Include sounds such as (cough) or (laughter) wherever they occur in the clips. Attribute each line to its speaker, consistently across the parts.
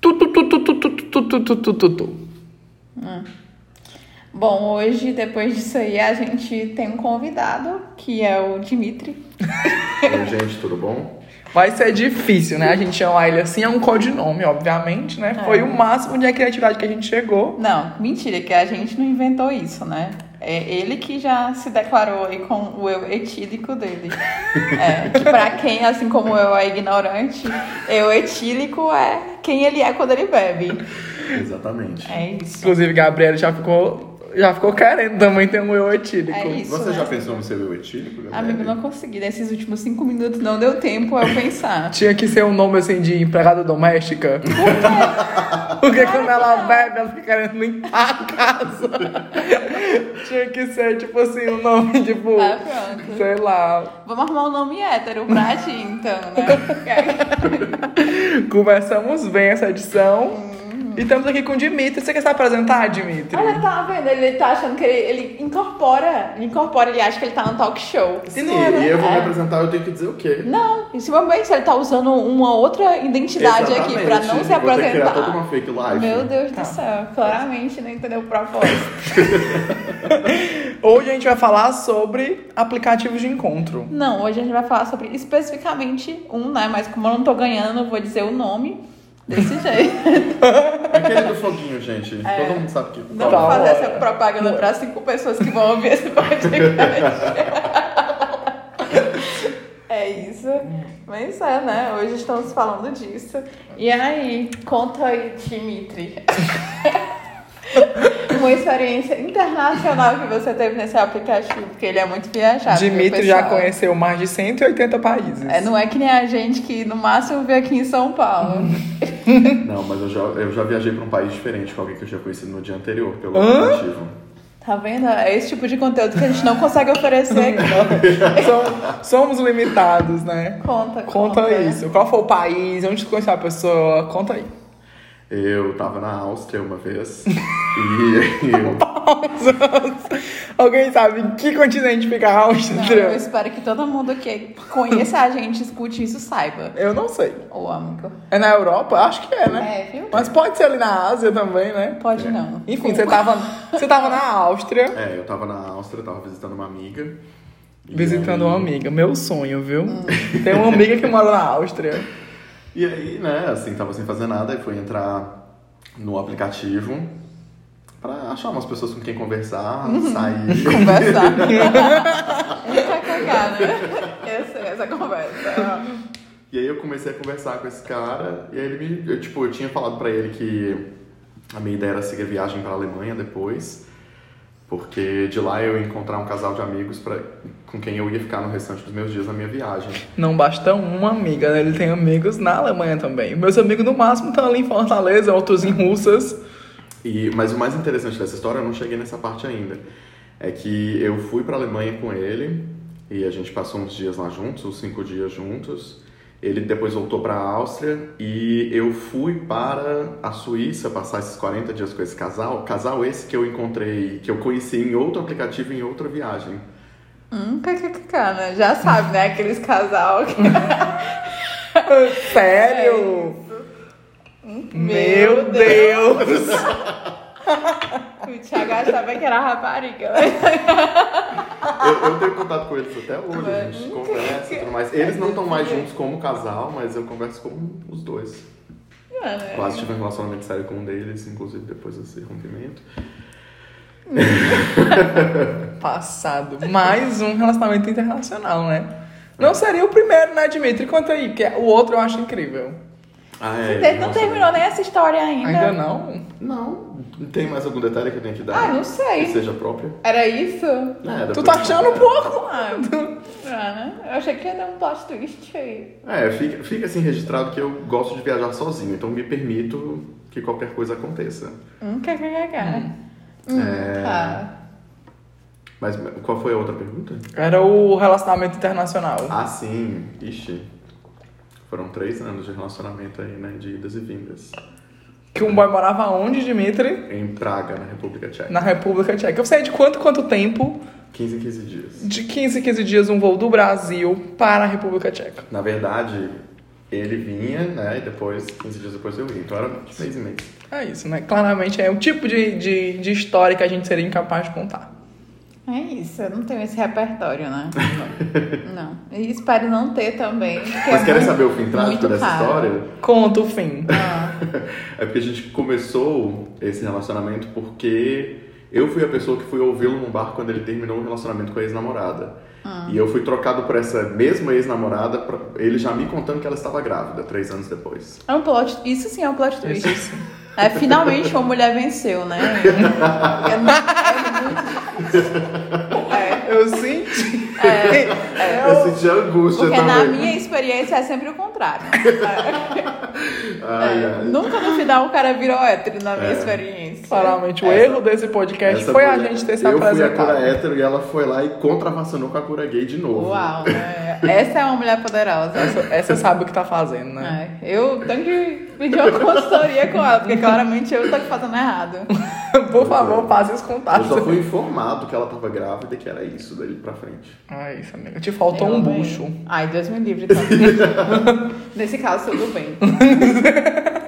Speaker 1: tu, tu, tu, tu, tu, tu, tu, tu, tu, tu, tu.
Speaker 2: Bom, hoje, depois disso aí, a gente tem um convidado, que é o Dimitri.
Speaker 3: Oi, gente, tudo bom?
Speaker 1: Vai ser difícil, né? A gente chamar ele assim, é um codinome, obviamente,
Speaker 2: É.
Speaker 1: né? Foi o máximo de criatividade que a gente chegou.
Speaker 2: Não, mentira, que a gente não inventou isso, né? É ele que já se declarou aí com o eu etílico dele. É, que pra quem, assim como eu, é ignorante, eu etílico é quem ele é quando ele bebe.
Speaker 3: Exatamente.
Speaker 2: É isso.
Speaker 1: Inclusive, Gabriela já ficou, já ficou querendo também ter um eu etílico.
Speaker 2: É isso,
Speaker 3: Você
Speaker 2: né?
Speaker 3: já pensou em ser o etílico? Né? Gabriele?
Speaker 2: Amigo, não consegui. Nesses últimos cinco minutos não deu tempo eu
Speaker 1: (laughs)
Speaker 2: pensar. Tá
Speaker 1: Tinha que ser um nome assim de empregada doméstica. (laughs) Porque quando ela bebe, ela fica querendo limpar a casa. (laughs) Tinha que ser, tipo assim, um nome, tipo.
Speaker 2: Ah, pronto.
Speaker 1: sei lá.
Speaker 2: Vamos arrumar um nome hétero pra ti, então, né?
Speaker 1: Conversamos bem essa edição. E estamos aqui com o Dimitri. Você quer se apresentar, Dimitri?
Speaker 2: Olha, tá vendo? Ele tá achando que ele, ele incorpora. Ele incorpora, ele acha que ele tá no talk show.
Speaker 3: Sim,
Speaker 1: não era-
Speaker 3: e eu vou
Speaker 2: é.
Speaker 3: me apresentar, eu tenho que dizer o quê?
Speaker 2: Não, e se for bem, se ele tá usando uma outra identidade aqui pra não se
Speaker 3: Exatamente. Vou ter que criar toda
Speaker 2: apresentar.
Speaker 3: uma Tá. fake live.
Speaker 2: Meu Deus do céu, claramente não entendeu o propósito.
Speaker 1: Hoje a gente vai falar sobre aplicativos de encontro.
Speaker 2: Não, hoje a gente vai falar sobre especificamente um, né? Mas como eu não tô ganhando, eu não vou dizer o nome desse jeito.
Speaker 3: Aquele do foguinho, gente. Todo mundo sabe que...
Speaker 2: É. Não
Speaker 1: Tá
Speaker 2: vou fazer
Speaker 1: bom.
Speaker 2: essa propaganda pra cinco pessoas que vão ouvir esse podcast. é isso. Mas é, né? Hoje estamos falando disso. E aí, conta aí, Dimitri. (laughs) Uma experiência internacional que você teve nesse aplicativo, porque ele é muito viajado. viu,
Speaker 1: Dimitri já
Speaker 2: pessoal?
Speaker 1: conheceu mais de 180 países.
Speaker 2: É, não é que nem a gente que no máximo vê aqui em São Paulo.
Speaker 3: Não, mas eu já, eu já viajei pra um país diferente com alguém que eu já conheci no dia anterior, pelo
Speaker 1: Hã?
Speaker 3: aplicativo.
Speaker 2: Tá vendo? É esse tipo de conteúdo que a gente não consegue
Speaker 1: (laughs)
Speaker 2: oferecer aqui.
Speaker 1: (laughs) Som- somos limitados, né?
Speaker 2: Conta,
Speaker 1: Conta isso. Qual foi o país? Onde você conheceu a pessoa? Conta aí. (laughs)
Speaker 3: Eu tava na Áustria uma vez.
Speaker 2: (laughs)
Speaker 3: e eu...
Speaker 1: Alguém sabe em que continente fica a
Speaker 2: Não, eu
Speaker 1: Áustria?
Speaker 2: espero que todo mundo que conheça a gente, escute isso, saiba.
Speaker 1: Eu não sei.
Speaker 2: Ô, amigo.
Speaker 1: É na Europa? Acho que é, né?
Speaker 2: É, viu?
Speaker 1: Mas pode ser ali na Ásia também, né?
Speaker 2: Pode não.
Speaker 1: Enfim, você tava, você tava na Áustria
Speaker 3: É, eu tava na Áustria, tava visitando uma amiga. E
Speaker 1: visitando
Speaker 3: aí-
Speaker 1: uma amiga. Meu sonho, viu? Tem uma amiga que mora na Áustria.
Speaker 3: E aí, né, assim, tava sem fazer nada e fui entrar no aplicativo pra achar umas pessoas com quem conversar, sair.
Speaker 2: Conversar. Nunca cagar, né? Eu sei essa conversa.
Speaker 3: E aí eu comecei a conversar com esse cara e aí ele me, eu, tipo, eu tinha falado pra ele que a minha ideia era seguir a viagem pra Alemanha depois, porque de lá eu ia encontrar um casal de amigos pra, com quem eu ia ficar no restante dos meus dias na minha viagem.
Speaker 1: Não basta uma amiga, né? Ele tem amigos na Alemanha também. Meus amigos, no máximo, estão ali em Fortaleza, outros em Russas.
Speaker 3: E, mas o mais interessante dessa história, eu não cheguei nessa parte ainda, é que eu fui para Alemanha com ele e a gente passou uns dias lá juntos, uns cinco dias juntos. Ele depois voltou para a Áustria e eu fui para a Suíça passar esses 40 dias com esse casal. Casal esse que eu encontrei, que eu conheci em outro aplicativo, em outra viagem.
Speaker 2: Nunca cagar, né? Já sabe, né? Aqueles casal que...
Speaker 1: (laughs) Sério? É. Meu Deus!
Speaker 2: O Thiago achava que era rapariga. né?
Speaker 3: Eu, eu tenho contato com eles até hoje, a gente conversa e tudo mais. Eles não estão mais juntos como casal, mas eu converso com os dois. Quase tive um relacionamento sério com um deles, inclusive depois desse rompimento.
Speaker 1: Passado. Mais um relacionamento internacional, né? Não seria o primeiro, né, Dimitri? Conta aí, que é- o outro eu acho incrível.
Speaker 3: Ah,
Speaker 2: Você não terminou nem essa história ainda.
Speaker 1: Ainda não?
Speaker 3: Não. Tem mais algum detalhe que eu tenho que dar?
Speaker 2: Ah, não sei.
Speaker 3: Que seja próprio?
Speaker 2: Era isso?
Speaker 1: Tu
Speaker 3: É, depois-
Speaker 1: tá achando pouco?
Speaker 2: Ah, ah, né? Eu achei que ia dar um plot twist aí.
Speaker 3: É, fica, fica assim registrado que eu gosto de viajar sozinho, então me permito que qualquer coisa aconteça.
Speaker 2: Hum, kkkk. Hum,
Speaker 3: É.
Speaker 2: tá.
Speaker 3: Mas qual foi a outra pergunta?
Speaker 1: Era o relacionamento internacional.
Speaker 3: Ah, sim. Ixi. Foram três anos de relacionamento aí, né? De idas e vindas.
Speaker 1: Que um boy morava onde, Dimitri?
Speaker 3: Em Praga, na República Tcheca.
Speaker 1: Na República Tcheca. Eu sei de quanto, quanto tempo?
Speaker 3: 15 em 15 dias.
Speaker 1: De 15 em 15 dias, um voo do Brasil para a República Tcheca.
Speaker 3: Na verdade, Ele vinha, né? E depois, 15 dias depois eu ia. Então era de mês e mês.
Speaker 1: É isso, né? Claramente é o tipo de, de, de história que a gente seria incapaz de contar.
Speaker 2: É isso, eu não tenho esse repertório, né?
Speaker 3: (laughs)
Speaker 2: Não. não. E espero não ter também. porque
Speaker 3: Mas
Speaker 2: é
Speaker 3: querem
Speaker 2: muito-
Speaker 3: saber o fim trágico
Speaker 2: muito
Speaker 3: dessa
Speaker 2: caro.
Speaker 3: história?
Speaker 1: Conta o fim.
Speaker 2: Ah,
Speaker 3: É porque a gente começou esse relacionamento porque eu fui a pessoa que fui ouvi-lo num bar quando ele terminou o relacionamento com a ex-namorada.
Speaker 2: Ah.
Speaker 3: E eu fui trocado por essa mesma ex-namorada, pra- ele já me contando que ela estava grávida, três anos depois.
Speaker 2: é um plot. Isso sim é um plot twist.
Speaker 1: Isso sim.
Speaker 2: É, finalmente uma mulher venceu, né? É muito, é muito difícil. É.
Speaker 1: Eu senti.
Speaker 3: É,
Speaker 1: é
Speaker 3: Eu, senti angústia
Speaker 2: Porque na
Speaker 3: também.
Speaker 2: minha experiência é sempre o contrário. é.
Speaker 3: Ai, ai.
Speaker 2: Nunca no final o cara virou hétero na
Speaker 3: É.
Speaker 2: minha experiência.
Speaker 1: Claramente, o
Speaker 3: Essa-
Speaker 1: erro desse podcast
Speaker 3: Essa
Speaker 1: foi a
Speaker 3: mulher-
Speaker 1: gente ter se
Speaker 3: Eu fui a
Speaker 1: apresentado.
Speaker 3: cura hétero e ela foi lá e contravacinou com a cura gay de novo.
Speaker 2: Uau, né? Essa é uma mulher poderosa.
Speaker 1: Essa, essa sabe o que tá fazendo, né?
Speaker 2: É, eu tenho que pedir uma consultoria com ela, porque claramente eu tô fazendo errado. É.
Speaker 1: (laughs) Por favor, passe os
Speaker 3: Eu
Speaker 1: contatos.
Speaker 3: só fui informado que ela estava grávida e que era isso daí pra frente.
Speaker 1: Ai, É isso, amiga. Te faltou
Speaker 2: Eu
Speaker 1: um
Speaker 2: amei.
Speaker 1: bucho.
Speaker 2: Ai, Deus me
Speaker 1: (laughs)
Speaker 2: livre também. Nesse caso, tudo bem.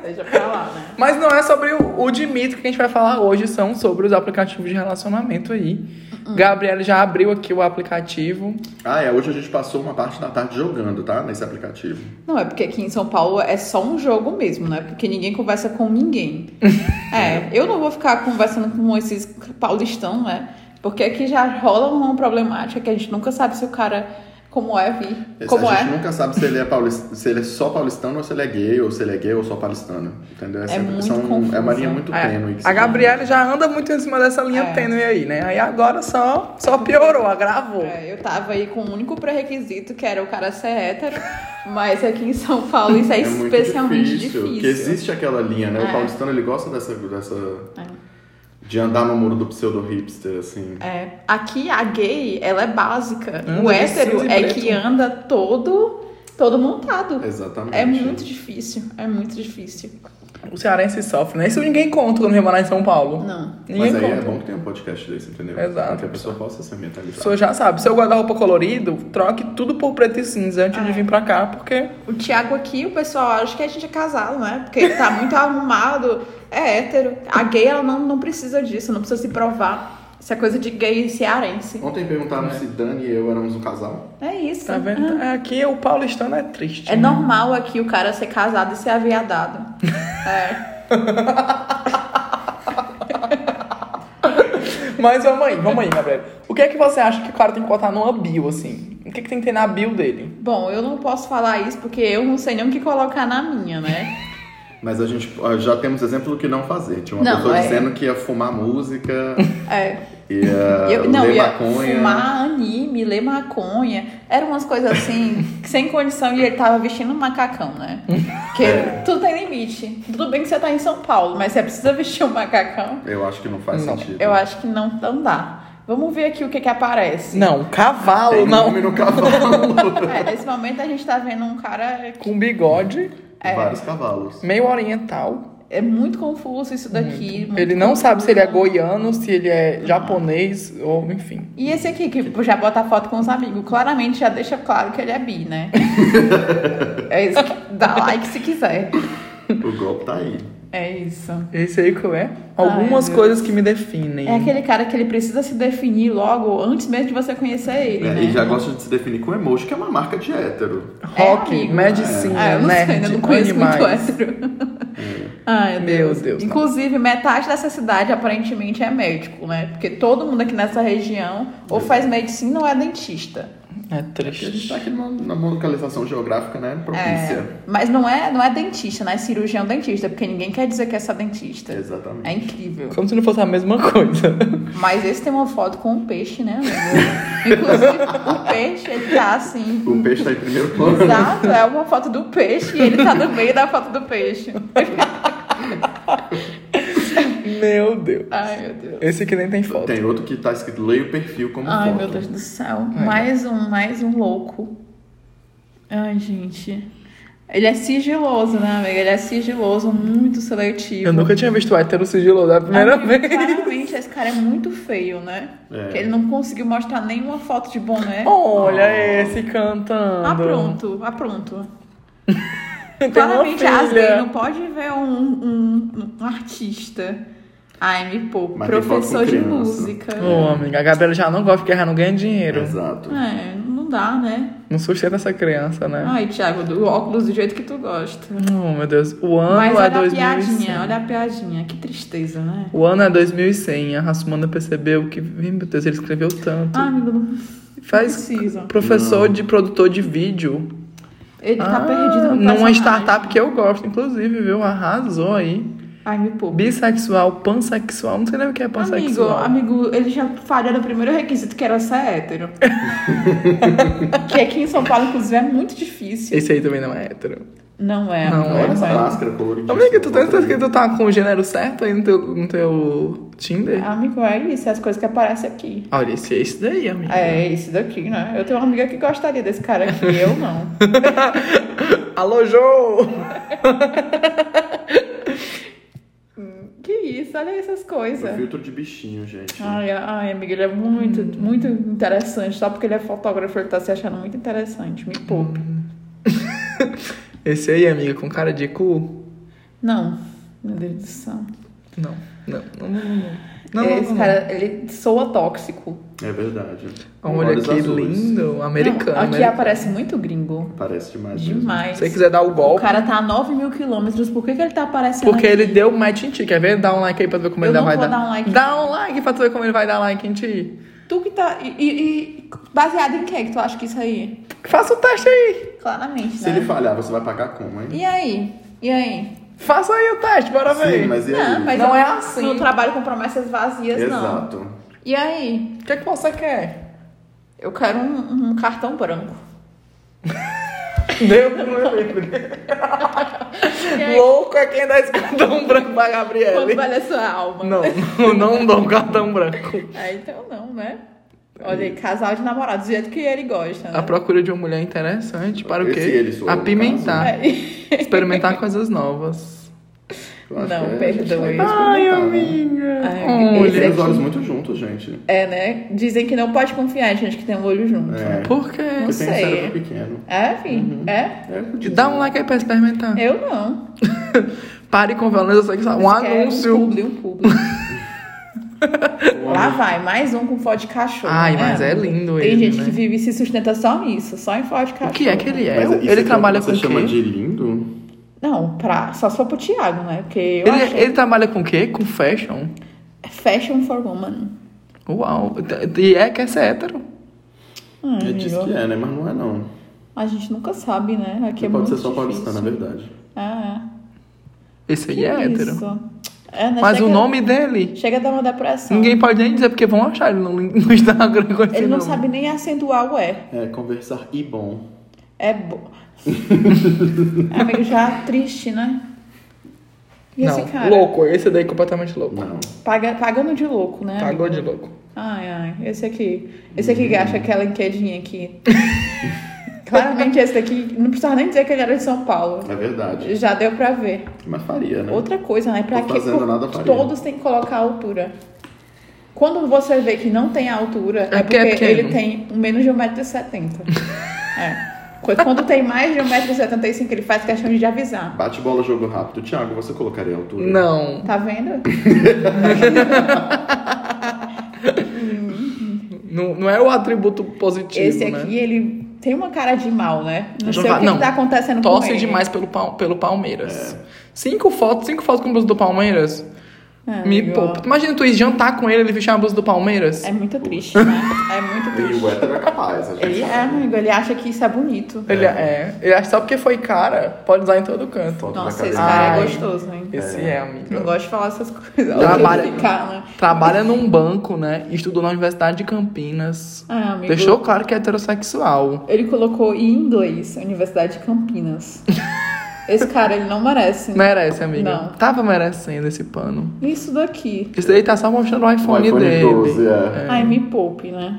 Speaker 2: Deixa pra lá, né?
Speaker 1: Mas não é sobre o, o Dimitri que a gente vai falar hoje, são sobre os aplicativos de relacionamento aí.
Speaker 2: Uhum.
Speaker 1: Gabriele já abriu aqui o aplicativo.
Speaker 3: Ah, é, hoje a gente passou uma parte da tarde jogando, tá? Nesse aplicativo.
Speaker 2: Não, é porque aqui em São Paulo é só um jogo mesmo, né? Porque ninguém conversa com
Speaker 1: (laughs)
Speaker 2: ninguém. é, eu não vou ficar conversando com esses paulistão, né? Porque aqui já rola uma problemática que a gente nunca sabe se o cara como é vir. Como
Speaker 3: a
Speaker 2: é.
Speaker 3: gente nunca sabe se ele é paulista, se ele é só paulistano ou se ele é gay, ou se ele é gay ou só paulistano. Entendeu?
Speaker 2: É muito
Speaker 3: é uma
Speaker 2: confuso.
Speaker 3: linha muito
Speaker 1: É,
Speaker 3: tênue. que
Speaker 1: a
Speaker 3: se-
Speaker 1: Gabriele já anda muito em cima dessa linha
Speaker 2: É.
Speaker 1: tênue aí, né? Aí agora só, só piorou, agravou.
Speaker 2: É, eu tava aí com o único pré-requisito que era o cara ser hétero, mas aqui em São Paulo isso é,
Speaker 3: É muito
Speaker 2: especialmente
Speaker 3: difícil.
Speaker 2: difícil.
Speaker 3: Porque existe aquela linha, né? O
Speaker 2: É.
Speaker 3: paulistano ele gosta dessa. dessa...
Speaker 2: É.
Speaker 3: De andar no muro do pseudo hipster, assim.
Speaker 2: É, aqui a gay, ela é básica.
Speaker 1: Anda
Speaker 2: o
Speaker 1: de
Speaker 2: hétero
Speaker 1: cinza e
Speaker 2: é
Speaker 1: preto.
Speaker 2: que anda todo, todo montado.
Speaker 3: Exatamente.
Speaker 2: É muito difícil, é muito difícil.
Speaker 1: O cearense sofre, né? Isso ninguém conta quando vem morar em São Paulo.
Speaker 2: Não.
Speaker 1: Ninguém
Speaker 3: Mas aí é
Speaker 1: conta.
Speaker 3: bom que tenha um podcast desse, entendeu?
Speaker 1: Exato.
Speaker 3: Pra Que a pessoa possa se
Speaker 1: A
Speaker 3: mentalizar.
Speaker 1: pessoa já sabe. Seu guarda-roupa colorido, troque tudo por preto e cinza antes
Speaker 2: É.
Speaker 1: de vir pra cá, porque
Speaker 2: O Thiago aqui, o pessoal acha que a gente é casado, né? Porque ele tá muito (laughs) arrumado, é hétero. A gay, ela não, não precisa disso, não precisa se provar. Isso é coisa de gay cearense.
Speaker 3: Ontem perguntaram se Dani e eu éramos um casal.
Speaker 2: É isso.
Speaker 1: tá vendo? É, Aqui o paulistano é triste.
Speaker 2: É
Speaker 3: Uhum.
Speaker 1: né?
Speaker 2: normal aqui o cara ser casado e ser aviadado. É.
Speaker 1: Mas vamos aí, vamos aí, Gabriel. O que é que você acha que o cara tem que botar numa bio, assim? O que, é que tem que ter na bio dele?
Speaker 2: Bom, eu não posso falar isso porque eu não sei nem o que colocar na minha, né?
Speaker 3: Mas a gente ah, já temos exemplo do que não fazer. Tinha uma
Speaker 2: Não,
Speaker 3: pessoa
Speaker 2: é.
Speaker 3: dizendo que ia fumar
Speaker 2: (laughs)
Speaker 3: música,
Speaker 2: É.
Speaker 3: ia
Speaker 2: Eu, não,
Speaker 3: Ah, ler
Speaker 2: ia
Speaker 3: maconha.
Speaker 2: fumar anime, ler maconha. Eram umas coisas assim, (laughs) que sem condição, e ele tava vestindo um macacão, né? Porque
Speaker 3: É.
Speaker 2: tudo tem limite. Tudo bem que você tá em São Paulo, mas você precisa vestir um macacão.
Speaker 3: Eu acho que não faz
Speaker 1: Não,
Speaker 3: sentido.
Speaker 2: Eu acho que não, não dá. Vamos ver aqui o que que
Speaker 3: (laughs)
Speaker 2: aparece.
Speaker 1: Não, cavalo,
Speaker 3: Tem
Speaker 1: não.
Speaker 3: nome no
Speaker 2: (laughs)
Speaker 3: cavalo.
Speaker 2: É, nesse momento a gente tá vendo um cara que
Speaker 1: Com bigode,
Speaker 3: Vários cavalos.
Speaker 1: meio oriental.
Speaker 2: é muito confuso isso daqui. muito
Speaker 1: ele não
Speaker 2: confuso.
Speaker 1: sabe se ele é goiano, se ele é japonês, ou enfim.
Speaker 2: E esse aqui, que tipo, já bota foto com os amigos, claramente já deixa claro que ele é bi, né? (laughs) é isso. que- Dá like se quiser.
Speaker 3: O golpe tá aí.
Speaker 2: É isso.
Speaker 1: Esse aí que é? Algumas
Speaker 2: Ai, meu
Speaker 1: coisas que me definem.
Speaker 2: É aquele cara que ele precisa se definir logo antes mesmo de você conhecer ele.
Speaker 3: É,
Speaker 2: né?
Speaker 3: e já gosta de se definir com emoji, que é uma marca de né? hétero.
Speaker 1: Rock,
Speaker 2: é amigo.
Speaker 1: medicina,
Speaker 2: Ah, eu não sei,
Speaker 1: nerd,
Speaker 2: ainda não conheço
Speaker 1: animais.
Speaker 2: muito hétero.
Speaker 3: É.
Speaker 2: Ai,
Speaker 1: Meu Deus, não.
Speaker 2: Inclusive, metade dessa cidade aparentemente é médico, né? Porque todo mundo aqui nessa região ou faz medicina ou é dentista.
Speaker 1: É
Speaker 3: Porque a gente
Speaker 1: triste.
Speaker 3: tá aqui numa, numa localização geográfica, né? Propícia.
Speaker 2: Mas não é, não é dentista, né? É cirurgião dentista, porque ninguém quer dizer que é só dentista.
Speaker 3: Exatamente.
Speaker 2: É incrível.
Speaker 1: Como se não fosse a mesma coisa. (laughs)
Speaker 2: Mas esse tem uma foto com um peixe, né? amigo? Inclusive, o peixe, ele tá assim.
Speaker 3: O peixe tá
Speaker 2: (laughs)
Speaker 3: em primeiro plano.
Speaker 2: Exato, é uma foto do peixe e ele tá no meio da foto do peixe.
Speaker 1: Meu Deus.
Speaker 2: Ai, meu Deus.
Speaker 1: Esse aqui nem tem foto.
Speaker 3: Tem outro que tá escrito leia o perfil como
Speaker 2: Ai,
Speaker 3: foto.
Speaker 2: meu Deus do céu. Mais um, mais um louco. Ai, gente. Ele é sigiloso, né, amiga? Ele é sigiloso, muito seletivo. um
Speaker 1: Eu nunca tinha visto o hétero sigiloso, é a primeira
Speaker 2: Amigo,
Speaker 1: vez.
Speaker 2: Claramente, esse cara é muito feio, né?
Speaker 3: É.
Speaker 2: Porque ele não conseguiu mostrar nenhuma foto de boné.
Speaker 1: Olha
Speaker 3: Oh.
Speaker 1: esse cantando.
Speaker 2: Ah, pronto, ah, pronto.
Speaker 1: (laughs) Tem
Speaker 2: Claramente,
Speaker 1: uma
Speaker 2: as gays
Speaker 1: filha.
Speaker 2: não pode ver um, um, um artista. Ai, me pouco.
Speaker 3: Mas tem foto com
Speaker 2: Professor de
Speaker 3: criança.
Speaker 2: música.
Speaker 1: Ô, amiga, a Gabriela já não gosta porque ela não ganha dinheiro.
Speaker 3: Exato.
Speaker 2: É, não dá, né?
Speaker 1: Não sustenta essa criança, né?
Speaker 2: Ai, Thiago, do óculos do jeito que tu gosta.
Speaker 1: Oh, meu Deus. O ano
Speaker 2: Mas
Speaker 1: é
Speaker 2: olha a
Speaker 1: 2100.
Speaker 2: piadinha, olha a piadinha. Que tristeza, né?
Speaker 1: O ano é 2100. A raça humana percebeu que, Ih, meu Deus, ele escreveu tanto.
Speaker 2: Ah, amigo, não
Speaker 1: Faz
Speaker 2: precisa.
Speaker 1: professor de produtor de vídeo.
Speaker 2: Ele tá
Speaker 1: Ah,
Speaker 2: perdido no
Speaker 1: Numa
Speaker 2: personagem.
Speaker 1: startup que eu gosto, inclusive, viu? Arrasou aí.
Speaker 2: Ai, me poupa.
Speaker 1: Bissexual, pansexual. Não sei nem o que é
Speaker 2: Amigo,
Speaker 1: pansexual.
Speaker 2: amigo, ele já falhou no primeiro requisito que era
Speaker 1: (laughs)
Speaker 2: ser hétero. que aqui em São Paulo, inclusive, é muito difícil.
Speaker 1: Esse aí também não é hétero.
Speaker 2: Não é,
Speaker 1: Não
Speaker 2: amigo,
Speaker 1: é,
Speaker 3: Olha essa
Speaker 2: mas-
Speaker 3: máscara coloridíssima.
Speaker 2: é
Speaker 1: Amiga, tu tá que tu tá com o gênero certo aí no teu, no teu Tinder?
Speaker 2: Amigo, é isso, é as coisas que aparecem aqui.
Speaker 1: Olha, esse é esse daí, amiga.
Speaker 2: É, esse daqui, né? Eu tenho uma amiga que gostaria desse cara
Speaker 1: (laughs)
Speaker 2: aqui, eu não.
Speaker 1: Alô, Jô!
Speaker 2: Que isso, olha essas
Speaker 3: O
Speaker 2: coisas.
Speaker 3: filtro de bichinho, gente.
Speaker 2: Ai, ai, amiga, ele é muito, muito interessante. Só porque ele é fotógrafo, ele tá se achando muito interessante. Me poupe.
Speaker 1: Esse aí, amiga, com cara de cu?
Speaker 2: Não, meu Deus do céu.
Speaker 1: Não, não, não, não, não. Não, não,
Speaker 2: Esse
Speaker 1: não, não.
Speaker 2: cara, ele soa tóxico.
Speaker 3: É verdade.
Speaker 1: Olha
Speaker 3: Olhos
Speaker 1: que
Speaker 3: azuis.
Speaker 1: lindo, americano.
Speaker 2: Não, aqui
Speaker 1: americano.
Speaker 2: aparece muito gringo.
Speaker 3: Parece demais. mesmo.
Speaker 2: Demais.
Speaker 1: Se você quiser dar o
Speaker 2: O
Speaker 1: golpe,
Speaker 2: cara tá a 9 mil quilômetros, por que, que ele tá aparecendo
Speaker 1: porque
Speaker 2: aqui?
Speaker 1: ele deu match em ti, quer ver? Dá um like aí pra tu ver como
Speaker 2: Eu
Speaker 1: ele
Speaker 2: não
Speaker 1: vai
Speaker 2: vou
Speaker 1: dar.
Speaker 2: dar um like.
Speaker 1: Dá um like pra tu ver como ele vai dar like em ti.
Speaker 2: Tu que tá... E, e- e baseado em que que tu acha que isso aí?
Speaker 1: Faça o teste aí.
Speaker 2: Claramente,
Speaker 3: Se
Speaker 2: né?
Speaker 3: ele falhar, você vai pagar como, hein?
Speaker 2: E aí? E aí?
Speaker 1: Faça aí o teste, bora ver.
Speaker 3: Sim, mas e aí?
Speaker 2: Tá Não, mas
Speaker 1: Não
Speaker 2: eu
Speaker 1: é assim.
Speaker 2: Não trabalho com promessas vazias, não.
Speaker 3: Exato.
Speaker 2: E aí?
Speaker 1: O que, é que você quer?
Speaker 2: Eu quero um, um cartão branco.
Speaker 1: Deu pro livro. Louco é quem dá esse cartão (laughs) branco pra
Speaker 2: Quanto
Speaker 1: Gabriele.
Speaker 2: vale a sua alma?
Speaker 1: Não, não, não dou um cartão branco.
Speaker 2: Ah, então não, né? Olha aí, casal de namorados, do jeito que ele gosta, né?
Speaker 1: A procura de uma mulher interessante para o
Speaker 3: Esse é
Speaker 1: quê?
Speaker 3: ele sou eu, no Ah.
Speaker 1: Apimentar.
Speaker 2: Aí-
Speaker 1: Experimentar coisas novas.
Speaker 3: Eu acho
Speaker 2: Não,
Speaker 3: que é-
Speaker 2: perdoe.
Speaker 3: acho que é experimentar,
Speaker 1: É.
Speaker 3: né?
Speaker 2: Ai,
Speaker 1: Olha.
Speaker 2: esse
Speaker 3: Tem os
Speaker 2: aqui-
Speaker 3: olhos muito juntos, gente.
Speaker 2: É, né? Dizem que não pode confiar em gente que tem um olho junto.
Speaker 3: É.
Speaker 1: Por quê?
Speaker 2: Não
Speaker 3: Porque tem um
Speaker 2: sei.
Speaker 3: cérebro pequeno.
Speaker 2: É, enfim. É?
Speaker 3: É,
Speaker 1: Dá um like aí pra experimentar.
Speaker 2: Eu não.
Speaker 1: Pare com violência sexual. Um
Speaker 2: Isso que é Um
Speaker 1: anúncio.
Speaker 2: publi, um publi. Lá vai, mais um com foto de cachorro.
Speaker 1: Ai,
Speaker 2: né?
Speaker 1: mas é lindo
Speaker 2: Tem
Speaker 1: ele,
Speaker 2: gente
Speaker 1: né?
Speaker 2: que vive e se sustenta só nisso, só em foto de cachorro.
Speaker 1: O que é que ele é?
Speaker 3: Mas isso aqui
Speaker 1: ele
Speaker 3: é o
Speaker 1: trabalha
Speaker 3: que
Speaker 1: com o
Speaker 3: Você chama
Speaker 1: quê?
Speaker 3: de lindo?
Speaker 2: Não, pra, só se for pro Thiago, né? Porque eu
Speaker 1: Ele, é-
Speaker 2: achei...
Speaker 1: ele trabalha com o quê? Com fashion?
Speaker 2: Fashion for woman.
Speaker 1: Uau. E é que essa é hétero?
Speaker 2: Ai,
Speaker 3: Ele diz
Speaker 2: Ah, amigo,
Speaker 3: que é, né? Mas não é, não.
Speaker 2: A gente nunca sabe, né? Aqui é
Speaker 3: Não pode
Speaker 2: muito
Speaker 3: ser só né?
Speaker 2: difícil.
Speaker 3: paulistano, na verdade.
Speaker 2: Ah,
Speaker 1: Esse
Speaker 2: é.
Speaker 1: aí é
Speaker 2: isso?
Speaker 1: hétero.
Speaker 2: É, né?
Speaker 1: Mas o
Speaker 2: Chega-
Speaker 1: nome dele...
Speaker 2: Chega a dar uma depressão.
Speaker 1: Ninguém pode nem dizer, porque vão achar ele no, no Instagram (laughs) assim, com esse
Speaker 2: Ele não
Speaker 1: nome.
Speaker 2: sabe nem acentuar o é.
Speaker 3: É, conversar e bom.
Speaker 2: É
Speaker 3: (laughs)
Speaker 2: bom. Amigo, já triste, né? E
Speaker 1: Não,
Speaker 2: esse cara?
Speaker 1: louco. Esse daí é completamente louco.
Speaker 3: Não.
Speaker 2: Paga, pagando de louco, né? amigo?
Speaker 1: Pagou de louco.
Speaker 2: Ai, ai. Esse aqui. Esse aqui gasta
Speaker 3: Hum.
Speaker 2: aquela enquedinha aqui. (laughs) Claramente esse daqui, não precisava nem dizer que ele era de São Paulo.
Speaker 3: É verdade.
Speaker 2: Já deu pra ver.
Speaker 3: Mas faria, né?
Speaker 2: Outra coisa, né? Pra
Speaker 3: Tô
Speaker 2: que
Speaker 3: fazendo
Speaker 2: pô,
Speaker 3: nada faria.
Speaker 2: todos têm que colocar a altura. Quando você vê que não tem a altura, é,
Speaker 1: É porque
Speaker 2: porque,
Speaker 1: é
Speaker 2: ele
Speaker 1: pequeno.
Speaker 2: tem menos de 1,70m.
Speaker 1: (laughs)
Speaker 2: é. Qu- Quando tem mais de 1,75m, ele faz questão de avisar.
Speaker 3: Bate bola, jogo rápido. Thiago, você colocaria a altura?
Speaker 1: Não.
Speaker 2: Tá vendo?
Speaker 1: Não, não é o atributo positivo,
Speaker 2: Esse
Speaker 1: né?
Speaker 2: aqui, ele tem uma cara de mal, né? Não
Speaker 1: Não
Speaker 2: sei o
Speaker 1: vai-
Speaker 2: que,
Speaker 1: não.
Speaker 2: que tá acontecendo com
Speaker 1: Torce
Speaker 2: ele.
Speaker 1: demais pelo, Pal- pelo Palmeiras. Cinco fotos, cinco fotos com blusa do Palmeiras.
Speaker 2: É,
Speaker 1: Me
Speaker 2: amigo,
Speaker 1: poupa. Imagina tu ir jantar com ele, ele vestir uma blusa do Palmeiras.
Speaker 2: É muito triste, né? É
Speaker 3: (laughs)
Speaker 2: muito
Speaker 3: E o
Speaker 2: triste.
Speaker 3: hétero é capaz, a gente
Speaker 2: Ele é,
Speaker 3: sabe.
Speaker 2: amigo, ele acha que isso é bonito.
Speaker 1: Ele é. Ele acha só porque foi cara, pode usar em todo canto.
Speaker 3: Foto da
Speaker 2: Nossa,
Speaker 3: cadeira.
Speaker 2: esse cara
Speaker 1: Ai.
Speaker 2: é gostoso, hein?
Speaker 1: Esse é, amigo.
Speaker 2: Não gosto de falar essas coisas.
Speaker 1: Trabalha-
Speaker 2: Olha, ficar, né?
Speaker 1: Trabalha num banco, né? Estudou na Universidade de Campinas.
Speaker 2: Ah, amigo.
Speaker 1: Deixou claro que é heterossexual.
Speaker 2: Ele colocou em inglês, Universidade
Speaker 1: (laughs)
Speaker 2: de Campinas. Esse cara, ele não merece.
Speaker 1: Merece, amiga.
Speaker 2: Não.
Speaker 1: Tava merecendo esse pano.
Speaker 2: Isso daqui.
Speaker 1: Esse daí tá só mostrando o
Speaker 3: Um
Speaker 1: iPhone,
Speaker 3: iPhone
Speaker 1: dele.
Speaker 3: 12, é.
Speaker 2: Ai, me poupe, né?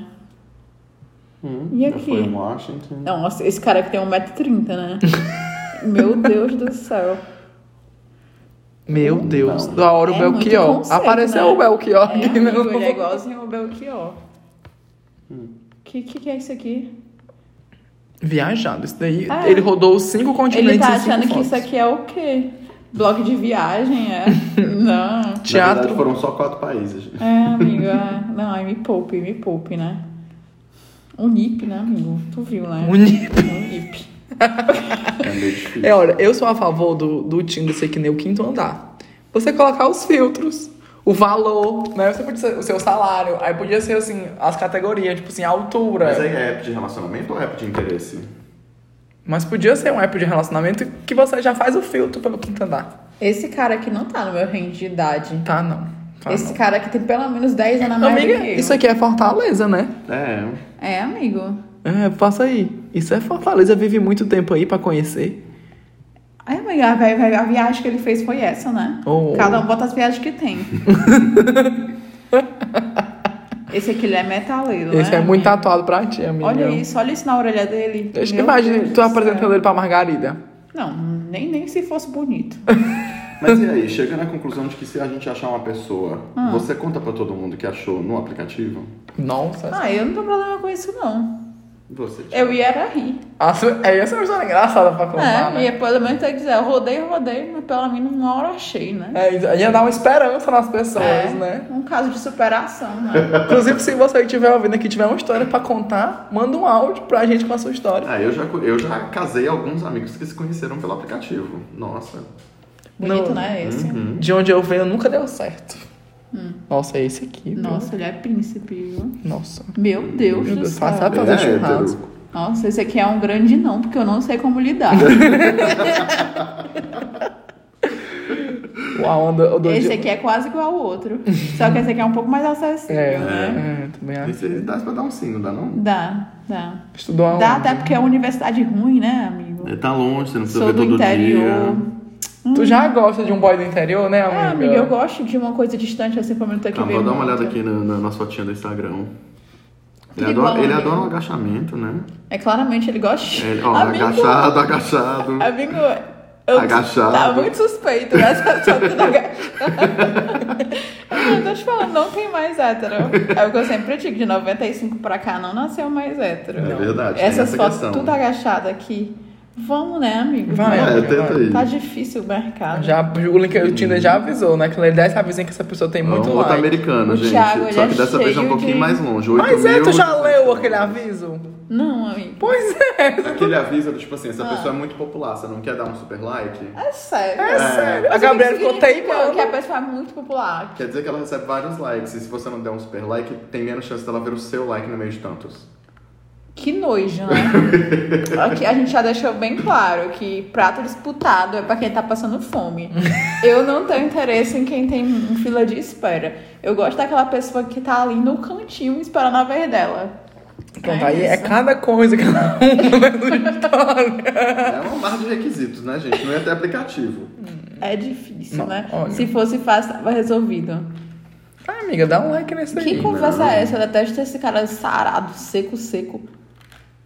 Speaker 3: Hum,
Speaker 2: E
Speaker 3: já
Speaker 2: aqui?
Speaker 3: Foi em Washington.
Speaker 2: Não, nossa, esse cara aqui tem 1,30m,
Speaker 1: (laughs)
Speaker 2: né? Meu Deus do céu.
Speaker 1: Meu Deus.
Speaker 3: Não.
Speaker 1: Da hora o
Speaker 2: É
Speaker 1: Belchior.
Speaker 2: muito conceito,
Speaker 1: Apareceu
Speaker 2: né?
Speaker 1: o Belchior
Speaker 2: É,
Speaker 1: aqui no-
Speaker 2: amigo, ele é igualzinho o Belchior. O que, que que é isso aqui?
Speaker 1: Viajando, isso daí.
Speaker 2: É.
Speaker 1: Ele rodou os cinco continentes.
Speaker 2: Ele tá
Speaker 1: em cinco
Speaker 2: achando que
Speaker 1: fotos.
Speaker 2: isso aqui é o quê? Blog de viagem,
Speaker 1: (laughs)
Speaker 2: é? Não.
Speaker 3: Na
Speaker 1: Teatro.
Speaker 3: verdade, foram só quatro países. gente.
Speaker 2: É, amigo, é. Não, aí me poupe, me poupe, né? Um nip, né, amigo? Tu viu, né?
Speaker 1: O Nip.
Speaker 2: Um nip.
Speaker 3: É meio difícil.
Speaker 1: (laughs) É, olha, eu sou a favor do, do Tinder ser que nem o quinto andar. Você colocar os filtros, o valor, né? Você podia ser o seu salário, aí podia ser assim, as categorias, tipo assim, a altura.
Speaker 3: Mas
Speaker 1: Mas,
Speaker 3: aí é app de relacionamento ou é app de interesse?
Speaker 1: podia ser um app de relacionamento que você já faz o filtro pelo quinto andar.
Speaker 2: Esse cara aqui não tá no meu range de idade.
Speaker 1: Tá, não. Tá,
Speaker 2: Esse cara aqui tem pelo menos 10 anos a
Speaker 1: não.
Speaker 2: mais do
Speaker 1: Amiga,
Speaker 2: que eu.
Speaker 1: isso aqui é Fortaleza, né?
Speaker 3: É.
Speaker 2: É, amigo.
Speaker 1: É, passa aí. Isso é Fortaleza, vive muito tempo aí pra conhecer.
Speaker 2: Aí, amiga, a, vi- vi- a viagem que ele fez foi essa, né?
Speaker 1: Oh.
Speaker 2: Cada um bota as viagens que
Speaker 1: (laughs)
Speaker 2: tem. Esse aqui, ele é metaleiro,
Speaker 1: Esse
Speaker 2: né?
Speaker 1: é muito
Speaker 2: amigo?
Speaker 1: tatuado pra ti, amiga.
Speaker 2: Olha isso, olha isso na orelha dele.
Speaker 1: Deixa-
Speaker 2: Meu
Speaker 1: Imagina,
Speaker 2: Deus
Speaker 1: tu
Speaker 2: do
Speaker 1: apresentando
Speaker 2: céu.
Speaker 1: ele pra Margarida.
Speaker 2: Não, nem, nem se fosse bonito.
Speaker 3: Mas e aí, chega na conclusão de que se a gente achar uma pessoa,
Speaker 2: Ah.
Speaker 3: você conta pra todo mundo que achou no aplicativo?
Speaker 1: Nossa.
Speaker 2: Ah, eu não tenho problema com isso, não.
Speaker 3: Você. Thiago.
Speaker 2: Eu ia era rir.
Speaker 1: Nossa, é essa é uma história engraçada pra contar,
Speaker 2: É,
Speaker 1: né?
Speaker 2: ia pelo menos ter que dizer, eu rodei, eu rodei, mas pelo menos uma hora achei, né?
Speaker 1: É, isso- ia dar uma esperança nas pessoas,
Speaker 2: É,
Speaker 1: né?
Speaker 2: Um caso de superação,
Speaker 1: (laughs)
Speaker 2: né?
Speaker 1: Inclusive, se você estiver ouvindo aqui e tiver uma história pra contar, manda um áudio pra gente com a sua história.
Speaker 3: Ah, eu já, eu já casei alguns amigos que se conheceram pelo aplicativo. Nossa.
Speaker 2: Bonito,
Speaker 1: Não.
Speaker 2: né, esse?
Speaker 3: Uhum.
Speaker 1: De onde eu venho nunca deu certo. Nossa, é esse aqui. viu?
Speaker 2: Hum. Nossa, ele é príncipe, viu?
Speaker 1: Nossa.
Speaker 2: Meu Deus
Speaker 1: Meu
Speaker 2: do
Speaker 1: Deus,
Speaker 2: céu.
Speaker 1: passado. Pra
Speaker 3: Ele
Speaker 1: fazer
Speaker 3: é
Speaker 1: churrasco.
Speaker 3: hétero.
Speaker 2: Nossa, esse aqui é um grande não, porque eu não sei como
Speaker 1: (laughs)
Speaker 2: lidar.
Speaker 1: Uau, onda, o do
Speaker 2: esse aqui é quase igual ao outro. Só que esse aqui é um pouco mais acessível,
Speaker 1: É,
Speaker 2: né?
Speaker 1: é, também acho.
Speaker 3: Esse dá pra dar um sim, não dá não?
Speaker 2: Dá, dá.
Speaker 1: Estudou aonde?
Speaker 2: Dá até porque é uma universidade ruim, né, amigo?
Speaker 3: É, tá longe, você não precisa
Speaker 2: Sou
Speaker 3: ver
Speaker 2: do
Speaker 3: todo
Speaker 2: interior.
Speaker 3: dia.
Speaker 1: Tu já gosta de um boy do interior, né, amiga?
Speaker 2: É, amiga, eu gosto de uma coisa distante assim pra mim não ter que
Speaker 3: Ah,
Speaker 2: ver.
Speaker 3: vou dar uma
Speaker 2: muito.
Speaker 3: olhada aqui na, na, nas fotinhas do Instagram.
Speaker 2: Tudo
Speaker 3: Ele, adora,
Speaker 2: igual,
Speaker 3: ele
Speaker 2: amigo.
Speaker 3: adora um agachamento, né?
Speaker 2: É claramente ele gosta. de-
Speaker 3: Ele, É,
Speaker 2: (laughs)
Speaker 3: ó,
Speaker 2: amigo,
Speaker 3: agachado, agachado.
Speaker 2: Amigo, eu
Speaker 3: Agachado.
Speaker 2: tá muito suspeito nessa foto do agachado. Eu tô te falando, (laughs) não tem mais hétero. É o que eu sempre digo, de 95 pra cá não nasceu mais hétero.
Speaker 3: É verdade, tem
Speaker 2: Essas
Speaker 3: essa
Speaker 2: fotos
Speaker 3: questão. né?
Speaker 2: tudo agachado aqui. Vamos, né, amigo?
Speaker 1: Vai,
Speaker 3: é,
Speaker 1: amiga,
Speaker 3: tenta
Speaker 1: vai.
Speaker 3: aí.
Speaker 2: Tá difícil o mercado.
Speaker 1: Já, o, link, o Tinder já avisou, né? Que ele dá essa avisinha que essa pessoa tem
Speaker 3: Ó,
Speaker 1: muito
Speaker 3: um outro
Speaker 1: like.
Speaker 3: americano,
Speaker 2: O
Speaker 3: gente.
Speaker 2: Thiago, ele
Speaker 3: Só
Speaker 2: é
Speaker 3: que dessa vez é um
Speaker 2: cheio
Speaker 3: pouquinho
Speaker 2: de-
Speaker 3: mais longe. 8
Speaker 1: Mas é,
Speaker 3: mil,
Speaker 1: tu já leu
Speaker 3: (laughs)
Speaker 1: aquele aviso?
Speaker 2: Não, amigo.
Speaker 1: Pois é.
Speaker 3: Aquele aviso, tipo assim,
Speaker 2: Ah.
Speaker 3: essa pessoa é muito popular, você não quer dar um super like?
Speaker 2: É sério.
Speaker 1: É sério. A
Speaker 2: Mas o que
Speaker 1: Gabriela
Speaker 2: que
Speaker 1: ficou
Speaker 2: significa
Speaker 1: teimando.
Speaker 2: Que a pessoa é muito popular.
Speaker 3: Quer dizer que ela recebe vários likes, e se você não der um super like, tem menos chance dela ver o seu like no meio de tantos.
Speaker 2: Que
Speaker 1: (laughs)
Speaker 2: nojo, né? Aqui a gente já deixou bem claro que prato disputado é pra quem tá passando fome. Eu não tenho interesse em quem tem um fila de espera. Eu gosto daquela pessoa que tá ali no cantinho esperando a vez dela.
Speaker 1: Pronto, aí é
Speaker 2: isso.
Speaker 1: cada coisa que ela né,
Speaker 3: É um mar de requisitos, né, gente? Não é até aplicativo.
Speaker 2: É difícil,
Speaker 1: Não,
Speaker 2: né?
Speaker 1: olha.
Speaker 2: Se fosse fácil, tava resolvido.
Speaker 1: Ah, amiga, dá um like nesse
Speaker 2: que
Speaker 1: aí.
Speaker 2: conversa é essa? Eu detesto esse cara sarado, seco, seco.